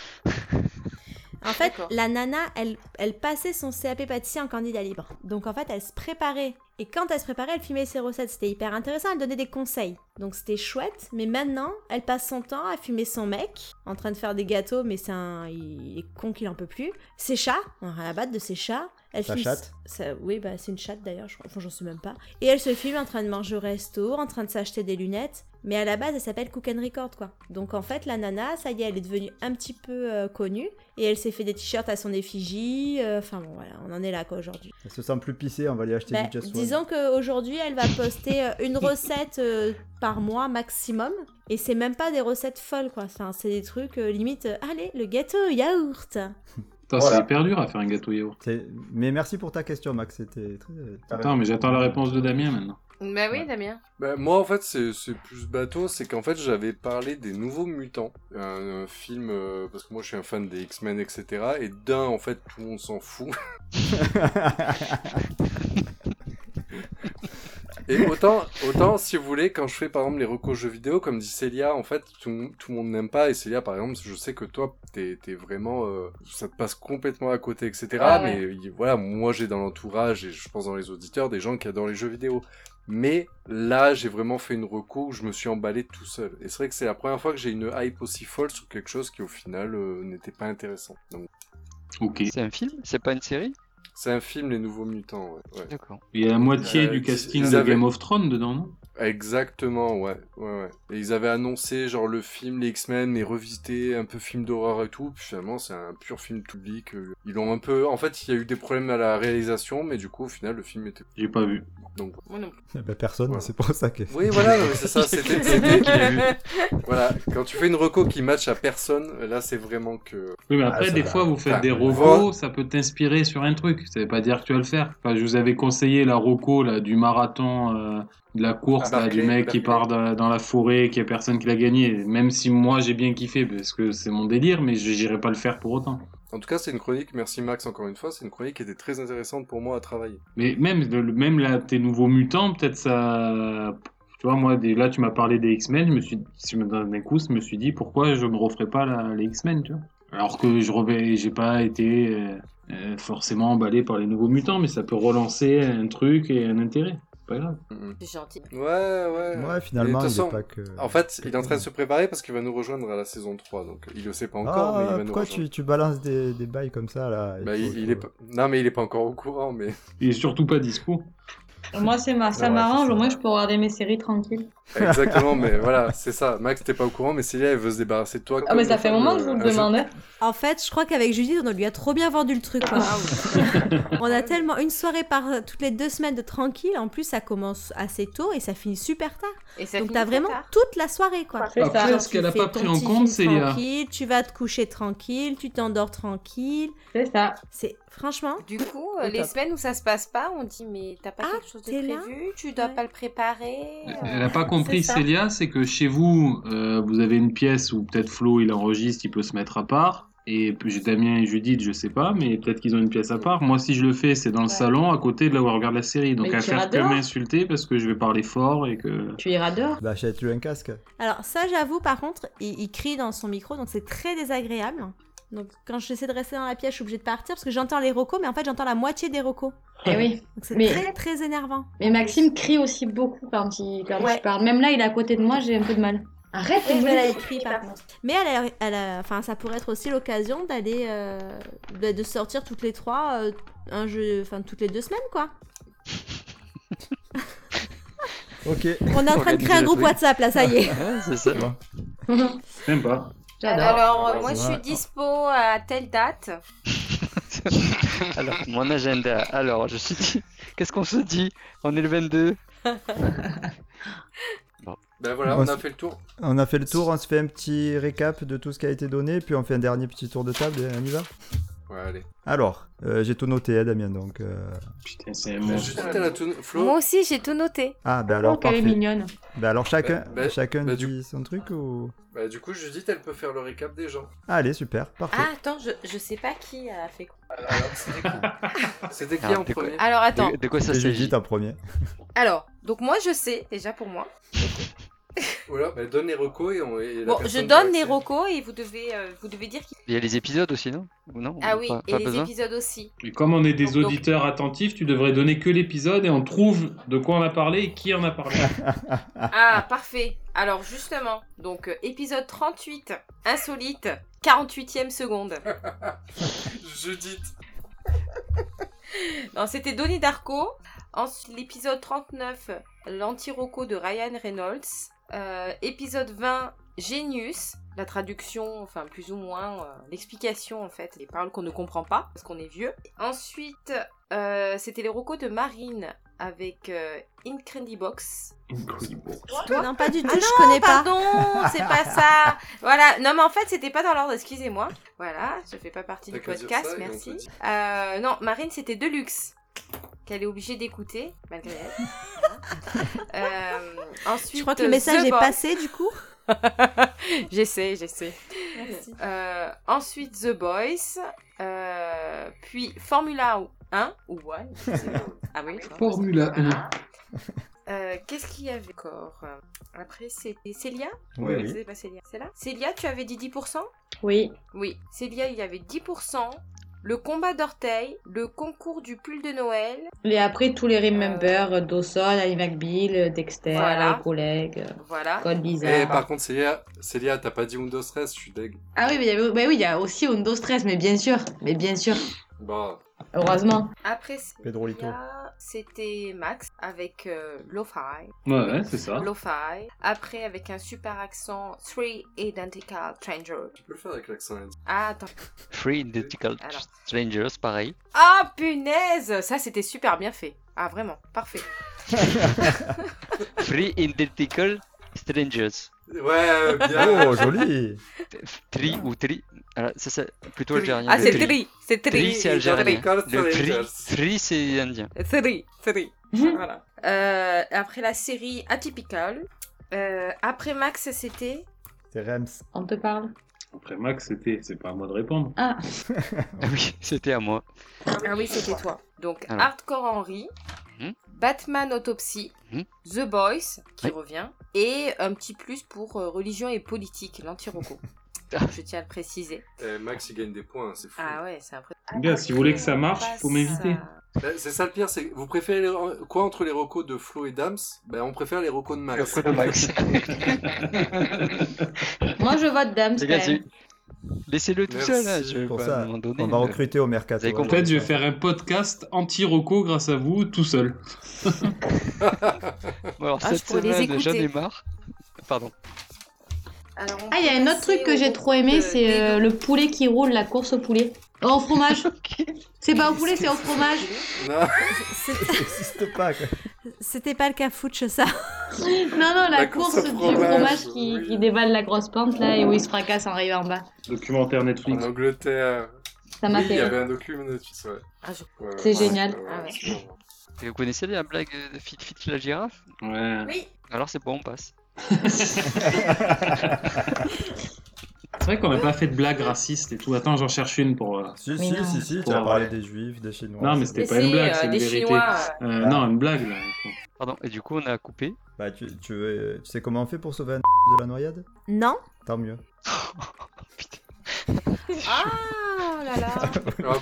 En fait, D'accord. la nana, elle, elle passait son CAP pâtissier en candidat libre. Donc en fait, elle se préparait. Et quand elle se préparait, elle filmait ses recettes. C'était hyper intéressant, elle donnait des conseils. Donc c'était chouette. Mais maintenant, elle passe son temps à fumer son mec, en train de faire des gâteaux, mais c'est un... il est con qu'il en peut plus. Ses chats, on a rien à battre de ses chats. Elle Sa filme- chatte ça- Oui, bah c'est une chatte d'ailleurs, je... enfin j'en sais même pas. Et elle se filme en train de manger au resto, en train de s'acheter des lunettes. Mais à la base, elle s'appelle Cook and Record, quoi. Donc en fait, la nana, ça y est, elle est devenue un petit peu euh, connue. Et elle s'est fait des t-shirts à son effigie. euh, Enfin bon, voilà, on en est là, quoi, aujourd'hui. Elle se sent plus pissée, on va lui acheter Bah, du Just One. disons qu'aujourd'hui, elle va poster euh, une recette euh, par mois maximum. Et c'est même pas des recettes folles, quoi. Enfin, c'est des trucs, euh, limite, euh, allez, le gâteau au yaourt. Putain, Voilà. c'est hyper dur à faire un gâteau yaourt. C'est- Mais merci pour ta question, Max. C'était très. Attends, mais j'attends la réponse de Damien maintenant. Bah oui, Damien. Bah, moi, en fait, c'est c'est plus bateau. C'est qu'en fait, j'avais parlé des Nouveaux Mutants, un, un film, euh, parce que moi, je suis un fan des X-Men, etc. Et d'un, en fait, tout le monde s'en fout. Et autant, autant, si vous voulez, quand je fais par exemple les recos jeux vidéo, comme dit Célia, en fait, tout, tout le monde n'aime pas. Et Célia, par exemple, je sais que toi, t'es t'es vraiment. euh, ça te passe complètement à côté, etc. Ah ouais. Mais il- voilà, moi, j'ai dans l'entourage et je pense dans les auditeurs des gens qui adorent les jeux vidéo. Mais là, j'ai vraiment fait une reco où je me suis emballé tout seul. Et c'est vrai que c'est la première fois que j'ai une hype aussi folle sur quelque chose qui, au final, euh, n'était pas intéressant. Donc, Ok. C'est un film C'est pas une série c'est un film, Les Nouveaux Mutants, ouais. ouais. D'accord. Il y a la moitié Euh, du ils- casting ils de avaient- Game of Thrones dedans, non Exactement, ouais, ouais, ouais. Et ils avaient annoncé genre le film, les X-Men, mais revisité, un peu film d'horreur et tout. Puis finalement, c'est un pur film public. euh, Ils l'ont un peu. En fait, il y a eu des problèmes à la réalisation, mais du coup, au final, le film était. J'ai pas vu. Donc. Moi non plus. Eh ben, personne, Voilà. c'est pour ça que. Oui, voilà, non, mais c'est ça. C'était. c'était- Qui l'a vu Voilà, quand tu fais une reco qui match à personne, là, c'est vraiment que. Oui, mais Ah, après, ça des va. fois, vous faites Enfin, des on rocos, ça peut t'inspirer sur un truc. Ça veut pas dire que tu vas le faire. Enfin, je vous avais conseillé la roco là, du marathon, euh, de la course, Ah, là, du Barclay, mec Barclay. qui part dans, dans la forêt, qu'il y a personne qui l'a gagné. Même si moi, j'ai bien kiffé, parce que c'est mon délire, mais je- j'irai pas le faire pour autant. En tout cas, c'est une chronique. Merci Max encore une fois. C'est une chronique qui était très intéressante pour moi à travailler. Mais même, le- même là, tes nouveaux mutants, peut-être ça. Tu vois, moi, des- là, tu m'as parlé des X-Men, je me suis, si je me donne un coup, je me suis dit pourquoi je me referais pas la- les X-Men, tu vois. Alors que je revais, j'ai pas été euh, euh, forcément emballé par les nouveaux mutants, mais ça peut relancer un truc et un intérêt. C'est Pas grave. Mhm. C'est gentil. Ouais, ouais. Ouais, Et finalement, de il toute est façon, pas que. Mm. En fait, il est en train de se préparer parce qu'il va nous rejoindre à la saison 3, donc il le sait pas encore, mais il Ah, va nous pourquoi rejoindre. tu, tu balances des, des bails comme ça là Bah, faut- il, il est faut- pas... Non, mais il est pas encore au courant, mais. Il est surtout pas dispo. Moi, c'est ma... ça Ouais, c'est m'arrange, ça. au moins je peux regarder mes séries tranquille. Exactement, mais voilà, c'est ça. Max, t'es pas au courant, mais Célia, elle veut se débarrasser de toi. Ah, comme mais ça une fait un femme, moment que euh, je vous un le hein. jour. demandais. En fait, je crois qu'avec Judith, on lui a trop bien vendu le truc. quoi. Ah, on a tellement une soirée par toutes les deux semaines de tranquille. En plus, ça commence assez tôt et ça finit super tard. Et ça Donc finit t'as très vraiment tard. toute la soirée, quoi. C'est Après, ça, ce qu'elle a Tu pas fais ton pris en petit compte, film Célia. Tranquille, tu vas te coucher tranquille, tu t'endors tranquille. c'est ça. C'est franchement, Du coup, euh, Au les top. semaines où ça se passe pas, on dit mais t'as pas Ah, quelque chose de t'es là prévu, tu dois Ouais. pas le préparer. Elle euh. n'a pas compris, ça. Célia, c'est que chez vous, euh, vous avez une pièce où peut-être Flo, il enregistre, il peut se mettre à part. Et puis j'ai Damien et Judith, je sais pas, mais peut-être qu'ils ont une pièce à part. Moi, si je le fais, c'est dans le Ouais. salon, à côté de là où elle regarde la série. Donc Mais à tu faire iras que dehors. m'insulter parce que je vais parler fort et que... Tu iras dehors. Bah, achète-lui un casque. Alors ça, j'avoue, par contre, il, il crie dans son micro, donc c'est très désagréable. Donc quand j'essaie de rester dans la pièce, je suis obligée de partir parce que j'entends les rocos, mais en fait j'entends la moitié des rocos. Eh oui. Donc c'est Mais- très très énervant. Mais Maxime crie aussi beaucoup quand il, quand Ouais. il parle. Même là, il est à côté de moi, j'ai un peu de mal. Arrête, Oui, il mais là, voulait- il crie par contre. Mais elle a- elle a- enfin, ça pourrait être aussi l'occasion d'aller, euh, de, de sortir toutes les trois, euh, un jeu, enfin toutes les deux semaines quoi. Ok. On est en train de Organiser créer un le groupe truc. WhatsApp là, ça y est. Ouais, c'est ça. Même pas. J'adore. Alors, euh, Ouais, moi je c'est suis vrai. dispo à telle date. Alors, mon agenda. Alors, je suis dit. Qu'est-ce qu'on se dit On est le 22. Ben voilà, Moi, on a c'est- fait le tour. On a fait le tour, on se fait un petit récap de tout ce qui a été donné, puis on fait un dernier petit tour de table et on y va. Ouais, allez. Alors, euh, j'ai tout noté, hein, Damien, donc. euh, Putain, c'est un Ben, monstre. Judith, elle a tout... Flo Moi aussi j'ai tout noté. Ah, bah Oh, alors, qu'elle est parfait. mignonne. Bah alors, chacun, Bah, bah, chacun bah, dit du- son truc ou. Bah, du coup, Judith, elle peut faire le récap des gens. Ah, allez, super, parfait. Ah attends, je, je sais pas qui a fait quoi. Ah, Alors, c'était qui C'était qui Alors, en t'es quoi premier Alors attends, De, de quoi ça C'est s'agit Judith en premier. alors, donc moi je sais déjà pour moi. Voilà, ben, donne les recos et on. et la Bon, je personne donne qui les accède. rocos et vous devez, euh, vous devez dire qui. Il y a les épisodes aussi, non Ou Non Ah oui, Pas- et pas les besoin épisodes aussi. Et comme on est des Donc- auditeurs attentifs, tu devrais donner que l'épisode et on trouve de quoi on a parlé et qui en a parlé. Ah, parfait. Alors justement, donc euh, épisode 38, insolite, 48ème seconde. Judith. Non, c'était Donnie Darko. Ensuite, l'épisode 39, l'anti-roco de Ryan Reynolds. Euh, épisode 20, Genius. La traduction, enfin plus ou moins euh, l'explication en fait, les paroles qu'on ne comprend pas parce qu'on est vieux. Ensuite, euh, c'était les rocos de Marine avec euh, Incredibox. non, pas du tout, je connais pas. Ah Pardon, c'est pas ça. Voilà, non mais en fait c'était pas dans l'ordre, excusez-moi. Voilà, je fais pas partie T'as du qu'à dire podcast, ça et on te merci. dit. Euh, non, Marine c'était Deluxe qu'elle est obligée d'écouter malgré elle. Voilà. Euh, ensuite, Je crois que le message The est Boys. passé du coup. j'essaie, j'essaie. Euh, ensuite The Boys, euh, puis Formula 1 ou 1. je sais pas. Ah oui. Formula 1. Voilà. Euh, Qu'est-ce qu'il y avait encore Après c'était Célia. Oui, oui. Je sais pas Célia. C'est là Célia, tu avais dit 10% Oui. Oui, Célia, il y avait 10%, le combat d'orteil, le concours du pull de Noël. Et après, tous les Remember, euh, Dawson, Ali McBeal, euh, Dexter, Voilà. les collègues, euh, Voilà. Code Eh, Bizarre. par contre, Célia, Célia t'as pas dit Windows 13, je suis deg. Ah oui, mais il y avait- bah oui, il y a aussi Undo Stress, mais bien sûr, mais bien sûr, Bon, heureusement. Après Pedro Lito. Célia, c'était Max avec euh, Lo-Fi. Ouais, ouais, c'est ça. Lo-Fi. Après, avec un super accent, Three Identical Strangers. tu peux le faire avec l'accent indien. Ah, attends. Free Identical Alors. Strangers, pareil. Ah, punaise Ça, c'était super bien fait. Ah, vraiment, parfait. Free Identical Strangers. Ouais, euh, bien. Oh, joli Tri ou tri. Alors, ça, c'est plutôt algérien. Ah, le c'est tri. Three. C'est Tri, Three. c'est algérien. Identical Le Strangers. tri, tri c'est indien. Three. Three. Mhm. voilà. Euh, après, la série Atypical. Euh, après Max, c'était... C'est Rems. On te parle. Après Max, c'était, c'est pas à moi de répondre. Ah, Ah oui, c'était à moi. Ah oui, c'était toi. Donc, Alors. Hardcore Henry, Ah Mhm. Batman Autopsy, Mhm. The Boys, qui Oui. revient, et un petit plus pour euh, religion et politique, l'anti-roco. Je tiens à le préciser. Eh, Max, il gagne des points, c'est fou. Ah ouais, c'est impressionnant. Les gars, si vous voulez que ça marche, Ah, faut m'éviter. Ben, c'est ça le pire, c'est que vous préférez les- quoi entre les recos de Flo et Dams Ben on préfère les recos de Max. Après, Max. Moi, je vote Dams. Les gars, quand même. c'est- laissez-le tout Merci seul, là. Je vais Pour pas, ça, à un moment donné, On va euh, recruter au Vous mercato. avez compris. En fait, je vais faire un podcast anti-roco grâce à vous, tout seul. bon, alors, Ah, je cette pourrais les semaine, j'en ai écouter. marre. Pardon. Alors, on Ah, il y a peut un autre passer truc que au j'ai groupe trop aimé, de- c'est euh, le poulet qui roule, la course au poulet. Oh, au fromage. C'est pas au poulet, c'est au fromage. Non, C'est- Ça n'existe pas. quoi. C'était pas le cafouche, ça. Non, non, la, La course course, au du fromage, fromage, qui, oui. qui dévale la grosse pente là et où il se fracasse en arrivant en bas. Documentaire en Netflix. Angleterre. Ça m'a Oui, il y fait avait rire. un document Netflix, ouais. Ah, je- Ouais, ouais, C'est ouais, génial. ouais, Ah ouais. c'est bon. Et vous connaissez la blague de Fit Fit la girafe Ouais. Oui. Alors, c'est bon, on passe. C'est vrai qu'on n'a pas fait de blagues racistes et tout. Attends, j'en cherche une pour. euh, Si, Mais si, non. si, si, tu Ouais, as parlé ouais. des juifs, des chinois. Non, mais c'est c'était Mais bon. pas une si, blague, euh, c'est une des vérité. Chinois. Euh, Ah. Non, une blague là. Pardon. Et du coup, on a coupé. Bah, tu, tu veux- tu sais comment on fait pour sauver un de la noyade Non Tant mieux. Ah là là. Ah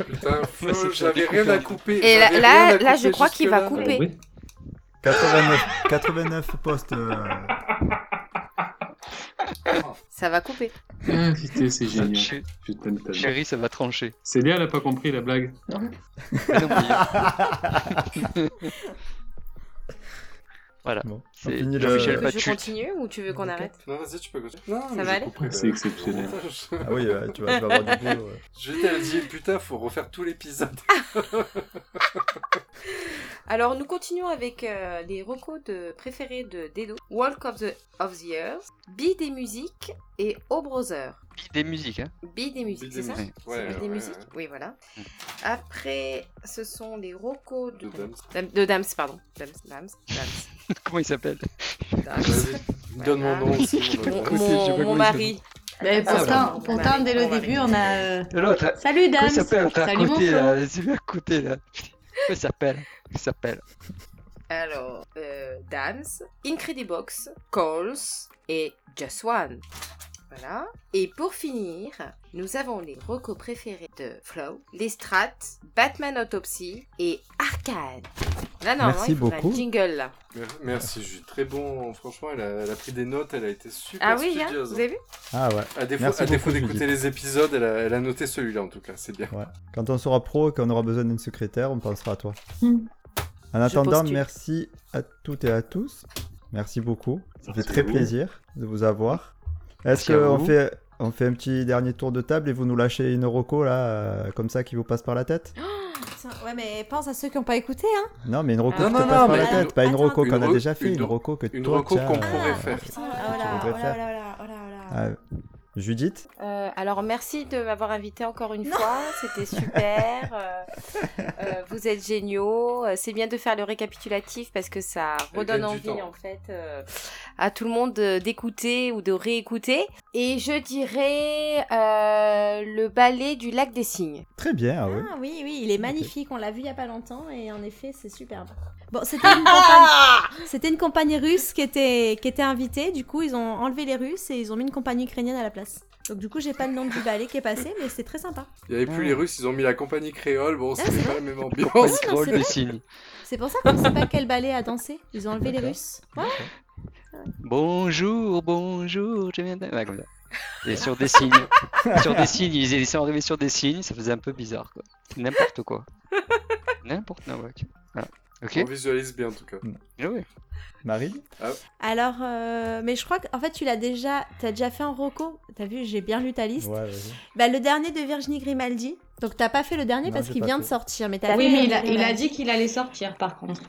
putain, Ouais, c'est Flo, que j'avais j'avais rien coupé à en- couper. Et là- j'avais là- rien à là, je couper crois qu'il va jusque-là. hein. couper. Euh, oui. 89, 89 postes. euh, Ça va couper. Ah, putain, c'est génial. Ch- Putain, putain. Chérie, ça va trancher. Célia, elle a pas compris la blague. Mais non, mais- voilà. Bon, on C'est finit le- Jean-Michel Tu veux que je Patu. continue ou tu veux qu'on Ok. arrête Non, vas-y, tu peux continuer. Non, Ça mais va j'ai aller compris, C'est bah, exceptionnel. au montage. Ah oui, euh, tu, vas, tu vas avoir du boulot. ouais. J'étais à dire, putain, faut refaire tout l'épisode. Alors, nous continuons avec euh, les recos de, préférés de Dedo. Walk of the, of the Earth, Be des musiques et O Brother. Des musiques, hein. Be des musiques, Beat c'est des ça musiques. C'est Be Ouais, des ouais, musiques ouais. Oui, voilà. Mm. Après, ce sont les recos de, De Dams. Dam- de Dams, pardon. Dams, Dams, Dams, Comment il s'appelle Dams. Vas-y, Donne mon nom aussi. Mon, Écoutez, mon nom. je sais pas mon- comment mon il mari. Mais Ah, pourtant, bon. pourtant dès le Bon, début, bah, on a. euh, L'autre, hein. Salut Comment Dams. il s'appelle T'es à Salut mon côté Flo. là, c'est lui à côté là. Comment il s'appelle Comment il s'appelle Alors, euh, Dams, Incredibox, Calls et Just One. Voilà. Et pour finir, nous avons les recos préférés de Flow, les Strats, Batman Autopsy et Arcade. Là, normalement, Merci il faudrait beaucoup. un jingle, là. Mer- Merci, Jules. Très bon. Franchement, elle a, elle a pris des notes, elle a été super Ah oui, hein, studieuse. vous avez vu Ah ouais. à défaut, Merci à défaut beaucoup, d'écouter Judith. les épisodes, elle a, elle a noté celui-là en tout cas, c'est bien. Quand on sera pro et qu'on aura besoin d'une secrétaire, on pensera à toi. Hmm. En attendant, postule. merci à toutes et à tous. Merci beaucoup. Ça fait Merci très à vous. plaisir de vous avoir. Est-ce Merci à qu'on vous. fait, on fait un petit dernier tour de table et vous nous lâchez une roco là, euh, comme ça, qui vous passe par la tête Putain, ouais, mais pense à ceux qui n'ont pas écouté, hein. Non, mais une roco Non, qui non, te non, passe par la mais- tête, pas une Attends. roco Une qu'on a ro- déjà fait, une une, ro- roco que une toi, roco tiens, qu'on euh, Ah, pourrait faire. Oh là, Tu oh voudrais là, faire. oh là, oh là, oh là. euh, Judith Euh, alors merci de m'avoir invité encore une Non. fois, c'était super. euh, euh, vous êtes géniaux. Euh, C'est bien de faire le récapitulatif parce que ça Elle redonne gagne Eh ben, du envie temps. en fait euh, à tout le monde euh, d'écouter ou de réécouter. Et je dirais euh, le ballet du lac des cygnes. Très bien, ah oui. Ah oui, oui, il est magnifique, on l'a vu il y a pas longtemps et en effet, c'est superbe. Bon, c'était une, compagnie... c'était une compagnie russe qui était... qui était invitée, du coup, ils ont enlevé les Russes et ils ont mis une compagnie ukrainienne à la place. Donc du coup, j'ai pas le nom du ballet qui est passé, mais c'est très sympa. Il n'y avait plus les Russes, ils ont mis la compagnie créole, bon, c'est c'était vrai. pas la même Comment ambiance. il Ah non, drôle c'est des vrai. signes. C'est pour ça qu'on sait pas quel ballet a dansé. Ils ont enlevé les D'accord. Russes. Ouais, Bonjour, bonjour, je viens de... Ouais, comme ça. Et sur des signes. sur des signes, ils ils sont arrivés sur des signes, ça faisait un peu bizarre quoi. C'est N'importe quoi. N'importe quoi. tu- Voilà. Ok On visualise bien en tout cas. Ah ouais. Marie Alors, euh, mais je crois qu'en fait, tu l'as déjà, t'as déjà fait un roco. T'as vu, j'ai bien lu ta liste. Ouais, vas-y. Bah, le dernier de Virginie Grimaldi. Donc, t'as pas fait le dernier Non, parce j'ai qu'il pas vient de fait. sortir. Mais t'as Oui, fait mais il a, Virginie il a Grimaldi. dit qu'il allait sortir par contre.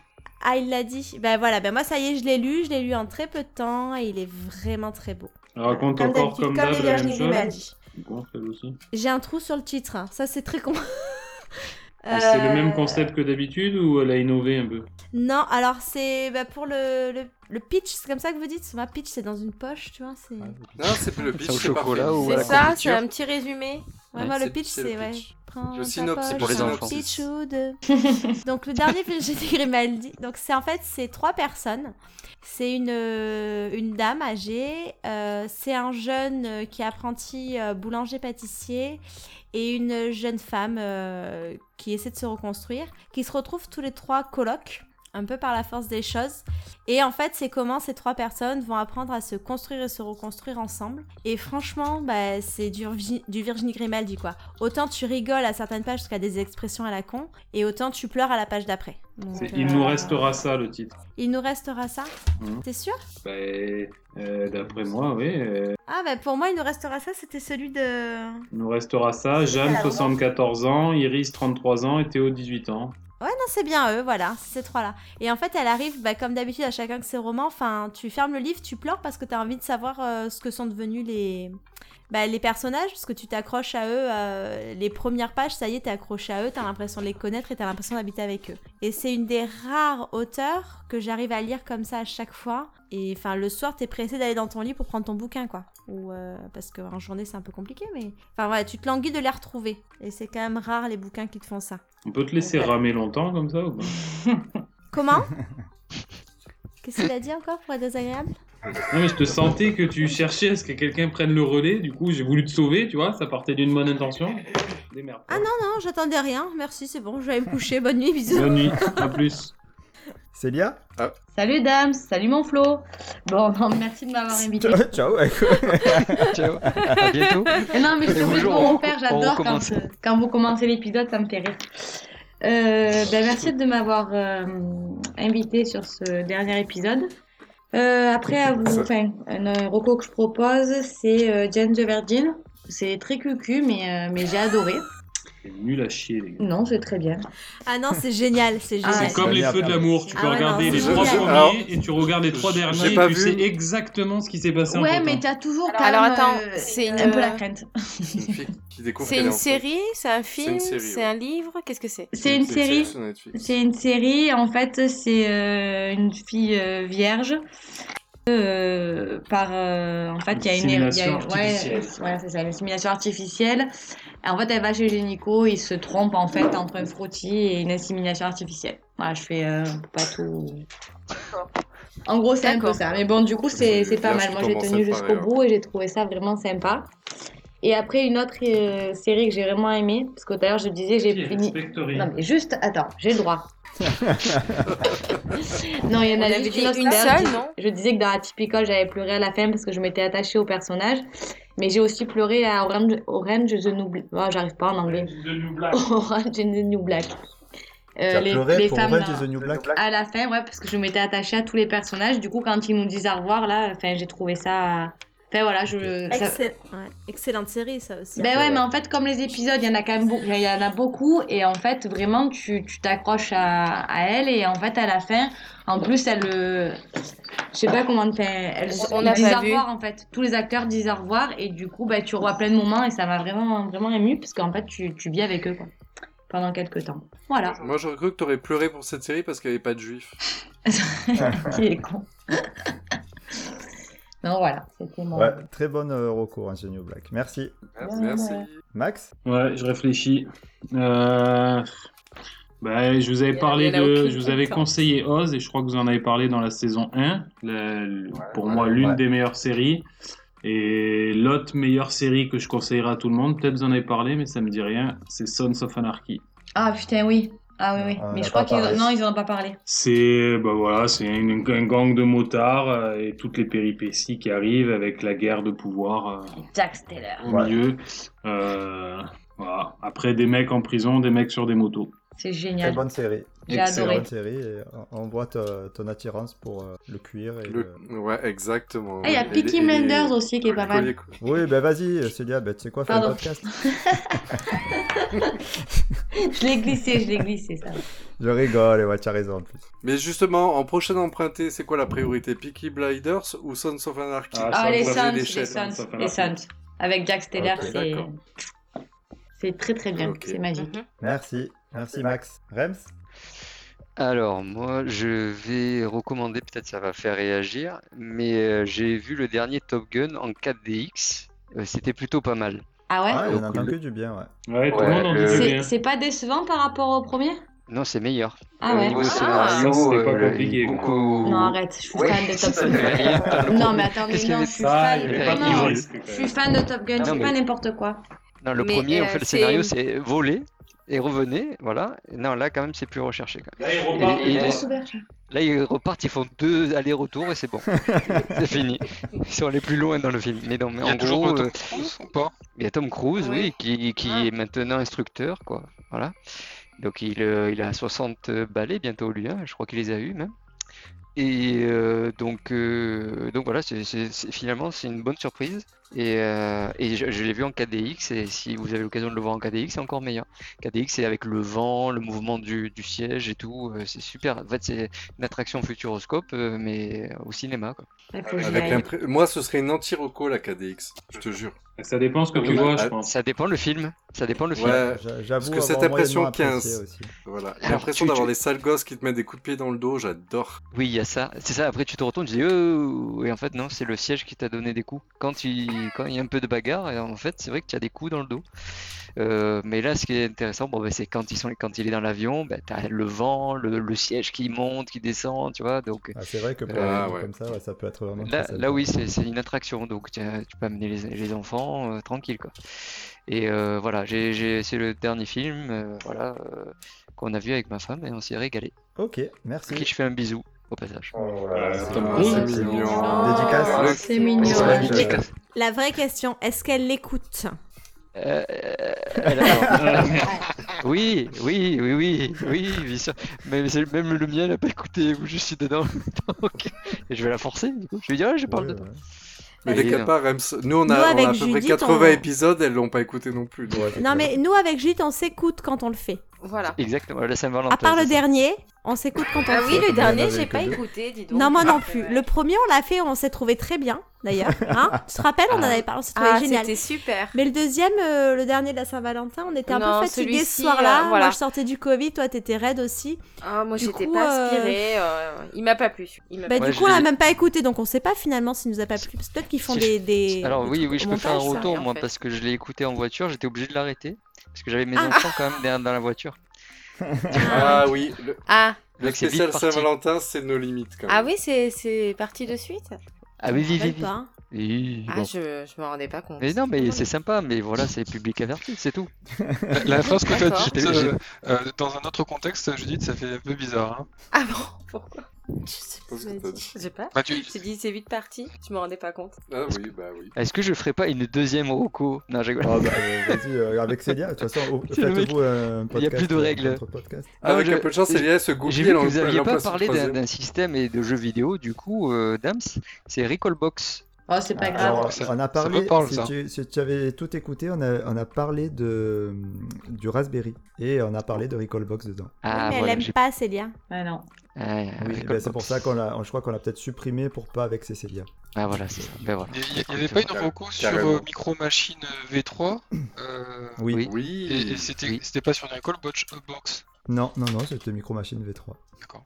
Ah, il l'a dit. Bah voilà, bah moi, ça y est, je l'ai lu. Je l'ai lu en très peu de temps et il est vraiment très beau. Elle raconte Comme encore d'habitude, comme comme d'hab les la Virginie même chose. Grimaldi. Bon, elle aussi. J'ai un trou sur le titre. hein. Ça, c'est très con. Ah, C'est le Euh, même concept que d'habitude ou elle a innové un peu Non, alors c'est bah, pour le, le, le pitch, c'est comme ça que vous dites Ma pitch, c'est dans une poche, tu vois. C'est... Non, c'est le pitch, au c'est chocolat parfait. ou à C'est la ça, c'est confiture. un petit résumé. Ouais, moi, c'est- le pitch, c'est c'est. le ouais, pitch. prends ta Le synopsis, poche, pour les un enfants. pitch ou deux. Donc, le dernier film, j'ai dit Grimaldi. Donc, c'est en fait, c'est trois personnes. C'est une, euh, une dame âgée, euh, c'est un jeune euh, qui est apprenti euh, boulanger-pâtissier et une jeune femme euh, qui essaie de se reconstruire, qui se retrouvent tous les trois colocs, un peu par la force des choses. Et en fait, c'est comment ces trois personnes vont apprendre à se construire et se reconstruire ensemble. Et franchement, bah, c'est du, Virgi- du Virginie Grimaldi, quoi. Autant tu rigoles à certaines pages parce qu'il y a des expressions à la con, et autant tu pleures à la page d'après. Donc, C'est euh, Il nous restera ça le titre. Il nous restera ça Mhm. T'es sûr Bah, euh, D'après moi, oui. euh, Ah, bah pour moi, il nous restera ça, c'était celui de. il nous restera ça. Jeanne, 74 ans, Iris, 33 ans et Théo, 18 ans. Ouais, non, c'est bien eux, voilà, c'est ces trois-là. Et en fait, elle arrive, bah, comme d'habitude, à chacun de ses romans. Enfin, tu fermes le livre, tu pleures parce que t'as envie de savoir euh, ce que sont devenus les, bah, les personnages, parce que tu t'accroches à eux. euh, les premières pages, ça y est, t'es accroché à eux, t'as l'impression de les connaître et t'as l'impression d'habiter avec eux. Et c'est une des rares auteurs que j'arrive à lire comme ça à chaque fois. Et enfin, le soir, t'es pressé d'aller dans ton lit pour prendre ton bouquin, quoi. Ou euh, parce qu'en journée, c'est un peu compliqué, mais enfin, voilà, tu te languis de les retrouver. Et c'est quand même rare les bouquins qui te font ça. On peut te laisser ramer longtemps comme ça ou pas Comment Qu'est-ce qu'il a dit encore pour être désagréable Non mais je te sentais que tu cherchais à ce que quelqu'un prenne le relais, du coup j'ai voulu te sauver, tu vois, ça partait d'une bonne intention. Démerde. Ah Non, j'attendais rien, merci, c'est bon, je vais aller me coucher, bonne nuit, bisous. Bonne nuit, à plus. Célia Ah. Salut Dams, salut mon Flo. Bon, non, merci de m'avoir invité. Ciao, ciao, écoute. Ciao. À bientôt. Et non, mais je te Et jure, bonjour, pour on- mon père, j'adore on quand, recommence. euh, quand vous commencez l'épisode, ça me fait rire. Euh, ben, merci de m'avoir euh, invité sur ce dernier épisode. Euh, après, à vous, enfin, un, un reco que je propose, c'est euh, Jane the Virgin. C'est très cucu, mais, euh, mais j'ai adoré. C'est nul à chier les gars. Non, c'est très bien. Ah non, c'est génial, c'est Ah génial. C'est comme les feux de l'amour, tu peux Ah ouais, regarder non, les c'est trois génial. premiers Alors, et tu regardes les trois j'ai derniers et pas tu vu. sais exactement ce qui s'est passé ouais, en mais t'as toujours Alors, quand alors, même, attends, euh, c'est un peu une- la crainte. C'est une fille qui découvre C'est qu'elle est une enceinte. série, c'est un une film, série, ouais. c'est un livre, qu'est-ce que c'est C'est une série sur Netflix. C'est une série, en fait, c'est euh, une fille euh, vierge. euh, par euh, en fait il y a une il y a- Insémination ouais, euh, artificielle. ouais, c'est ça une insémination artificielle Et en fait elle va chez le gynéco il se trompe en fait entre un frottis et une insémination artificielle voilà je fais euh, pas tout en gros c'est un peu D'accord. ça mais bon du coup c'est Vierge c'est pas qui mal moi j'ai commence à tenu faire jusqu'au erreur. bout et j'ai trouvé ça vraiment sympa et après une autre euh, série que j'ai vraiment aimée parce que d'ailleurs je disais j'ai fini non, mais juste, attends, j'ai le droit. non, il y en On a avait juste dit une autre une d'ailleurs, seule, je- non Je disais que dans Atypical, j'avais pleuré à la fin parce que je m'étais attachée au personnage. Mais j'ai aussi pleuré à Orange, Orange je n'oublie. Oh, j'arrive pas en anglais. Orange is the New Black. Euh, T'as pleuré pour femmes, Orange là, is the New Black à la fin, ouais, parce que je m'étais attachée à tous les personnages. Du coup, quand ils nous disent au revoir, là, enfin, j'ai trouvé ça. Enfin, voilà, je. ça- Excell- ouais, Excellente série, ça aussi. ben ouais, mais en fait, comme les épisodes, il y en a quand même beaucoup, il y en a beaucoup, et en fait, vraiment, tu tu t'accroches à, à elle, et en fait, à la fin, en plus, elle, euh, je sais pas comment, enfin, elle, On ils n'a disent pas au vu. revoir, en fait, tous les acteurs disent au revoir, et du coup, bah, tu revois plein de moments, et ça m'a vraiment, vraiment ému, parce qu'en fait, tu, tu vis avec eux, quoi, pendant quelques temps. Voilà, Moi j'aurais cru que t'aurais pleuré pour cette série parce qu'il n'y avait pas de juifs. qui est con. non, voilà, c'était mon. Ouais, très bonne euh, reco, Orange is the New Black. Merci. Merci. Max Ouais, je réfléchis. Euh, bah, je vous Il avais y en a- parlé il y en a de. aucune Je vous qui avais compte. conseillé Oz et je crois que vous en avez parlé dans la saison 1. la- l- pour moi, l'une ouais. des meilleures séries. Et l'autre meilleure série que je conseillerais à tout le monde, peut-être vous en avez parlé, mais ça me dit rien, c'est Sons of Anarchy. Ah putain, oui, ah oui, oui, On en mais a je crois pas qu'ils parlé. non, ils en ont pas parlé. C'est bah voilà, c'est une- un gang de motards euh, et toutes les péripéties qui arrivent avec la guerre de pouvoir. euh, Jack Steller. au Ouais. milieu. Euh, voilà. Après, des mecs en prison, des mecs sur des motos. C'est Très génial. bonne série. J'ai Très adoré. bonne série. Et on- on voit ta- euh, ton attirance pour euh, le cuir. Et Le- le- Ouais, exactement. Ah, il y a Et- et- Peaky et- Blinders aussi qui est pas mal. Collier- Oui, ben vas-y, Célia, ben, tu sais quoi, fais un Pardon. podcast. Je l'ai glissé, je l'ai glissé, ça. Je rigole, et ouais, tu as raison en plus. Mais justement, en prochaine empruntée, c'est quoi la priorité Peaky Blinders ou Sons of Anarchy Ah, Ah, ça, les vous Suns, avez les des chaînes, Suns, hein, ça fait les marcher. Suns. Avec Jack Steller, Ok, c'est... d'accord. C'est très très bien, Ok. c'est magique. Mhm. Merci. Merci Max. Rems Alors, moi, je vais recommander, peut-être ça va faire réagir, mais euh, j'ai vu le dernier Top Gun en 4DX. euh, C'était plutôt pas mal. Ah ouais, Ah, il en donc entend le- que du bien, ouais. Ouais, tout le Ouais, monde en euh, le- dit C'est- bien. C'est pas décevant par rapport au premier Non, c'est meilleur. Ah Au ouais. niveau Ah. scénario, Ça, c'était pas euh, compliqué, il est quoi. beaucoup- Non, arrête, je suis Ouais, fan de ça Top te fait Gun. rire, t'as le Non, problème. mais attendez, Qu'est-ce non, qu'il je y suis Ah, fan. il y avait avait pas pas de Non, niveau. risque, je quand suis même. fan de Top Gun, Non, c'est mais- pas n'importe quoi. Non, le Mais, premier, euh, on fait le c'est- scénario, c'est voler et revenez, voilà. Non, là, quand même, c'est plus recherché. Quand Là, il même. repart. Et- et- Trop super, ça. là, ils repartent, ils font deux allers-retours et c'est bon. c'est fini. Ils sont allés plus loin dans le film. Mais non, mais Il y a en toujours gros, le euh, Tom Cruise ou pas il y a Tom Cruise, oui, Oui. qui, qui Ah. est maintenant instructeur, quoi. Voilà. Donc, il, euh, il a 60 balais bientôt, lui. hein. Je crois qu'il les a eu même. Et euh, donc, euh, donc voilà, c'est c'est- c'est- finalement, c'est une bonne surprise. Et, euh, et je, je l'ai vu en 4DX, et si vous avez l'occasion de le voir en 4DX, c'est encore meilleur. 4DX, c'est avec le vent, le mouvement du, du siège et tout. euh, c'est super. En fait, c'est une attraction futuroscope, euh, mais au cinéma. Quoi. Ouais, faut que j'y Avec aille. l'impré- Moi, ce serait une anti-reco, la KDX, je te jure. Ça dépend ce que tu Oui, vois, bah, je pense. Ah, Ça dépend le film. Ça dépend le film. Ouais, J'a- J'avoue. parce que cette avoir impression moyennement apprécié 15. aussi. voilà. J'ai Alors, l'impression tu- d'avoir tu- des sales gosses qui te mettent des coups de pied dans le dos, j'adore. Oui, il y a ça. C'est ça, après tu te retournes, tu dis Oh Et en fait, non, c'est le siège qui t'a donné des coups. Quand il... Quand il y a un peu de bagarre, et en fait, c'est vrai que tu as des coups dans le dos. Euh, mais là, ce qui est intéressant, bon, ben, c'est quand, ils sont... quand il est dans l'avion, ben, tu as le vent, le... le siège qui monte, qui descend, tu vois. Donc Ah, c'est vrai que pour Euh, un truc ouais. comme ça, ouais, ça peut être vraiment. là, très là sympa. oui, c'est c'est une attraction. Donc tu, as- tu peux amener les, les enfants euh, tranquille. Quoi. Et euh, voilà, j'ai- j'ai- c'est le dernier film euh, voilà, euh, qu'on a vu avec ma femme et on s'est régalé. Ok, À qui merci. je fais un bisou au passage. c'est Tom un- Cruise. c'est c'est mignon. hein. mignon. Ah, Dédicace. oh, C'est mignon. Ouais, ouais. je- La vraie question, est-ce qu'elle l'écoute Euh, euh, elle a- Oui, oui, oui, oui, oui, bien sûr. Mais c'est- même le mien, elle a pas écouté, ou je suis dedans. Donc, et je vais la forcer, du coup. Je vais dire, ouais, je parle Ouais, de toi. Mais Mais les non. capas, Rems, nous on Nous, a, on a avec à peu près Judith, 80 on- épisodes, elles l'ont pas écouté non plus. donc. euh. ouais. Ouais, c'est Non clair. mais nous avec Judith on s'écoute quand on le fait. Voilà. Exactement, la Saint-Valentin. À part le c'est ça. dernier, on s'écoute quand on Ah le oui, fait. le Combien dernier, avait j'ai que pas deux écouté, dis donc. Non moi non Ah, plus. ouais. Le premier on l'a fait, on s'est trouvé très bien d'ailleurs. Hein tu te rappelles, on en avait parlé, on s'est trouvé Ah, génial. c'était super. Mais le deuxième, euh, le dernier de la Saint-Valentin, on était un Non, peu fatigués ce celui-ci, soir-là. euh, voilà. Moi, je sortais du Covid, toi, t'étais raide aussi. Ah, moi, Du j'étais coup, pas euh, inspirée. euh, Il m'a pas plu. Il m'a Bah, Ouais, du je coup, on l'a l'ai- même pas écouté, donc on sait pas finalement s'il nous a pas plu. Parce que Peut-être qu'ils font Si des, des. Alors, des oui, trucs oui, au je peux faire un montage, ça. retour, rien moi, fait. parce que je l'ai écouté en voiture, j'étais obligé de l'arrêter. Parce que j'avais Ah. mes enfants quand même derrière dans la voiture. Ah oui, le, Ah, le Donc, c'est vite spécial parti. Saint-Valentin, c'est nos limites quand même. ah oui, c'est- c'est parti de suite Ah oui, oui, Je me oui, rappelle oui. pas, hein. Oui, Ah, bon. je, je me rendais pas compte. Mais non, mais c'est sympa, mais voilà, c'est public averti, c'est tout. La- La phrase que tu as D'accord. dite euh, euh, dans un autre contexte, Judith, ça fait un peu bizarre. hein. Ah bon Pourquoi Je sais pas. Qu'est-ce que t'as dit Je sais pas. Bah, tu- J'ai dit c'est vite parti, je me rendais pas compte. Ah oui, bah oui. Est-ce que je ferais pas une deuxième Rocco Non, j'ai Oh, Ah, bah, euh, Vas-y, euh, avec Célia, de toute façon, au- C'est le mec. faites-vous un podcast. Il y a plus de euh, règles. Ah, votre podcast. Ah, Avec je- un peu de chance, j'ai- Elia se J'ai goupille, vu elle que en- vous elle aviez en pas place au parlé d'un troisième. d'un système et de jeux vidéo, du coup, euh, Dams, c'est Recallbox. Oh, c'est pas Ah grave. Ah, Alors, Ça- on a ça parlé, me parle, si, ça. Tu, si tu avais tout écouté, on a, on a parlé de, du Raspberry et on a parlé de Recallbox dedans. Oui, Ah, mais voilà, elle j'ai- aime pas Célia. Ouais, non. Ah, Oui, Recallbox. ben, c'est pour ça qu'on l'a, je crois qu'on l'a peut-être supprimé pour pas avec Célia. Ah, voilà, c'est ça. Ben voilà. Il y- il y Écoute, avait pas une Carré- reco sur carrément. euh, Micro Machine V3 euh, Oui. Oui. et, Oui. et c'était Oui. c'était pas sur une école botch- euh, box. Non, non, non, c'était Micro Machine V3. D'accord.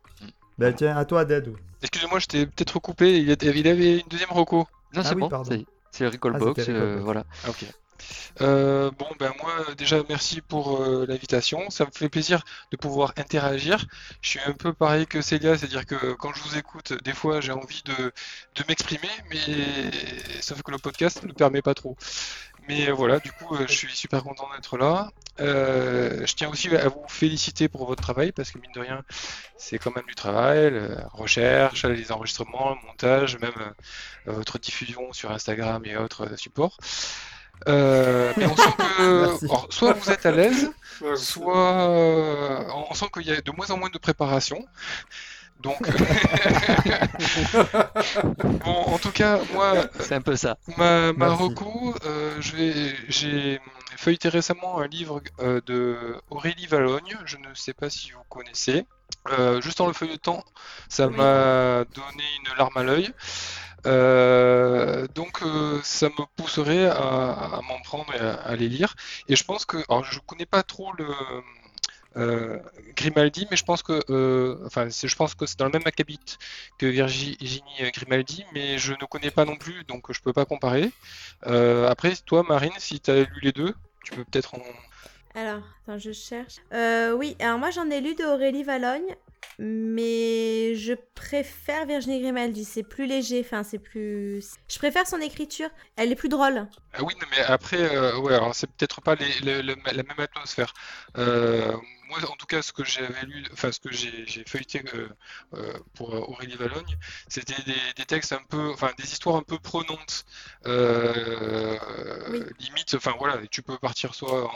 Ben tiens, à toi, Dedou. Excusez-moi, je t'ai peut-être recoupé. Il y a- il avait une deuxième reco. Non, Ah c'est oui, bon, pardon. ça y est. c'est Recallbox, Ah, c'était euh, Recallbox. voilà. Ah, ok. Euh, bon, ben moi, euh, déjà, merci pour euh, l'invitation. Ça me fait plaisir de pouvoir interagir. Je suis un peu pareil que Célia, c'est-à-dire que quand je vous écoute, des fois, j'ai envie de, de m'exprimer, mais sauf que le podcast ne le permet pas trop. Mais euh, voilà, du coup, euh, je suis super content d'être là. Euh, je tiens aussi à vous féliciter pour votre travail, parce que mine de rien, c'est quand même du travail, la recherche, les enregistrements, le montage, même euh, votre diffusion sur Instagram et autres euh, supports. Euh, mais on sent que Merci. alors, soit vous êtes à l'aise, Ouais, soit euh, on sent qu'il y a de moins en moins de préparation. Donc, bon, en tout cas, moi, C'est un peu ça. Ma, ma Merci. reco, euh, je vais, j'ai feuilleté récemment un livre euh, de Aurélie Valogne, je ne sais pas si vous connaissez. Euh, juste en le feuilletant, ça m'a donné une larme à l'œil. Euh, donc euh, ça me pousserait à, à m'en prendre et à, à les lire. Et je pense que, alors je connais pas trop le, euh, Grimaldi, mais je pense que, euh, enfin, c'est- je pense que c'est dans le même acabit que Virginie euh, Grimaldi, mais je ne connais pas non plus, donc je peux pas comparer. Euh, après, toi, Marine, si tu as lu les deux, tu peux peut-être en. Alors, attends, je cherche. Euh, oui, alors moi j'en ai lu de Aurélie Valogne, mais je préfère Virginie Grimaldi. C'est plus léger, enfin c'est plus. Je préfère son écriture. Elle est plus drôle. Ah oui, non, mais après, euh, ouais, alors c'est peut-être pas les- le- le- la même atmosphère. Euh, moi, en tout cas, ce que j'avais lu, enfin, ce que j'ai j'ai feuilleté euh, euh, pour euh, Aurélie Valogne, c'était des, des textes un peu, enfin, des histoires un peu prenantes, euh, Oui. limite, enfin, voilà, tu peux partir soit en, en-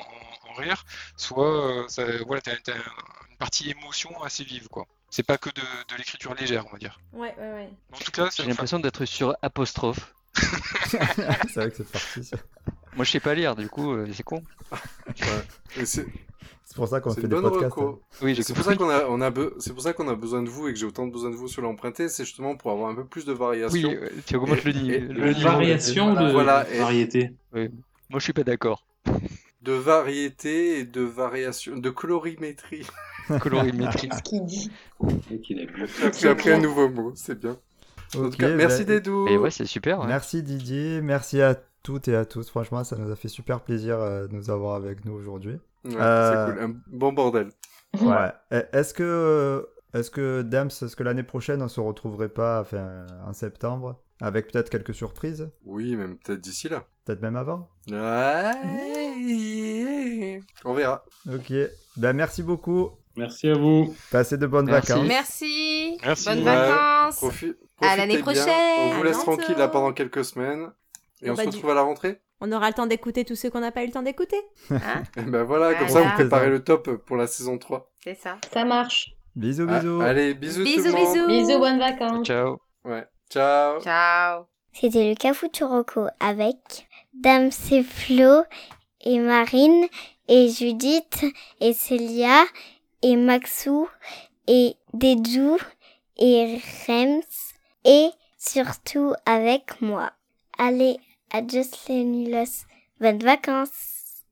en rire, soit, euh, ça, voilà, t'as, t'as une partie émotion assez vive, quoi. C'est pas que de, de l'écriture légère, on va dire. Ouais, ouais, ouais. En tout cas, c'est, J'ai enfin, l'impression d'être sur apostrophe. c'est vrai que c'est parti. ça. Moi, je sais pas lire, du coup, euh, c'est con. Et C'est C'est pour ça qu'on c'est fait une des bonne podcasts. hein. reco. Oui, j'ai C'est pour compris. ça qu'on a, on a, be- c'est pour ça qu'on a besoin de vous et que j'ai autant de besoin de vous sur l'emprunté, c'est justement pour avoir un peu plus de variation. Oui, euh, tu augmentes le Et- niveau. et- le et- niveau. Variation Voilà, de voilà, et- variété. Moi, je suis pas d'accord. De variété et de variation, de colorimétrie. Colorimétrie. ce qu'il dit. J'ai appris un nouveau mot, c'est bien. hein. En Ok, tout cas, merci ben, Dédou. Et ouais, c'est super. ouais. Merci Didier, merci à toutes et à tous. Franchement, ça nous a fait super plaisir euh, de nous avoir avec nous aujourd'hui. Ouais, Euh, C'est cool, un bon bordel. Ouais. Eh, Est-ce que, euh, est-ce que Dams, est-ce que l'année prochaine on se retrouverait pas, enfin, en septembre, avec peut-être quelques surprises, Oui, même peut-être d'ici là. peut-être même avant. Ouais. On verra. Ok. Ben merci beaucoup. Merci à vous. Passez de bonnes Merci. vacances. Merci. Merci. Bonnes Ouais. vacances. Profi- À l'année profitez bien. prochaine. On vous À laisse bientôt. tranquille là pendant quelques semaines. Et Ah on bah, se du- retrouve à la rentrée. On aura le temps d'écouter tous ceux qu'on n'a pas eu le temps d'écouter. Hein Et ben voilà, comme ça Voilà. vous préparez le top pour la saison 3. C'est ça. Ça marche. Bisous, Ah, bisous. allez, bisous, tout Bisous, le monde. bisous. Bisous, bonnes vacances. Ciao. Ouais. Ciao. Ciao. C'était le Cafuturoco avec Dame c'est Flo et Marine et Judith et Célia et Maxou et Dedjou et Rems et surtout avec moi. Allez, adios les nulos. Bonnes vacances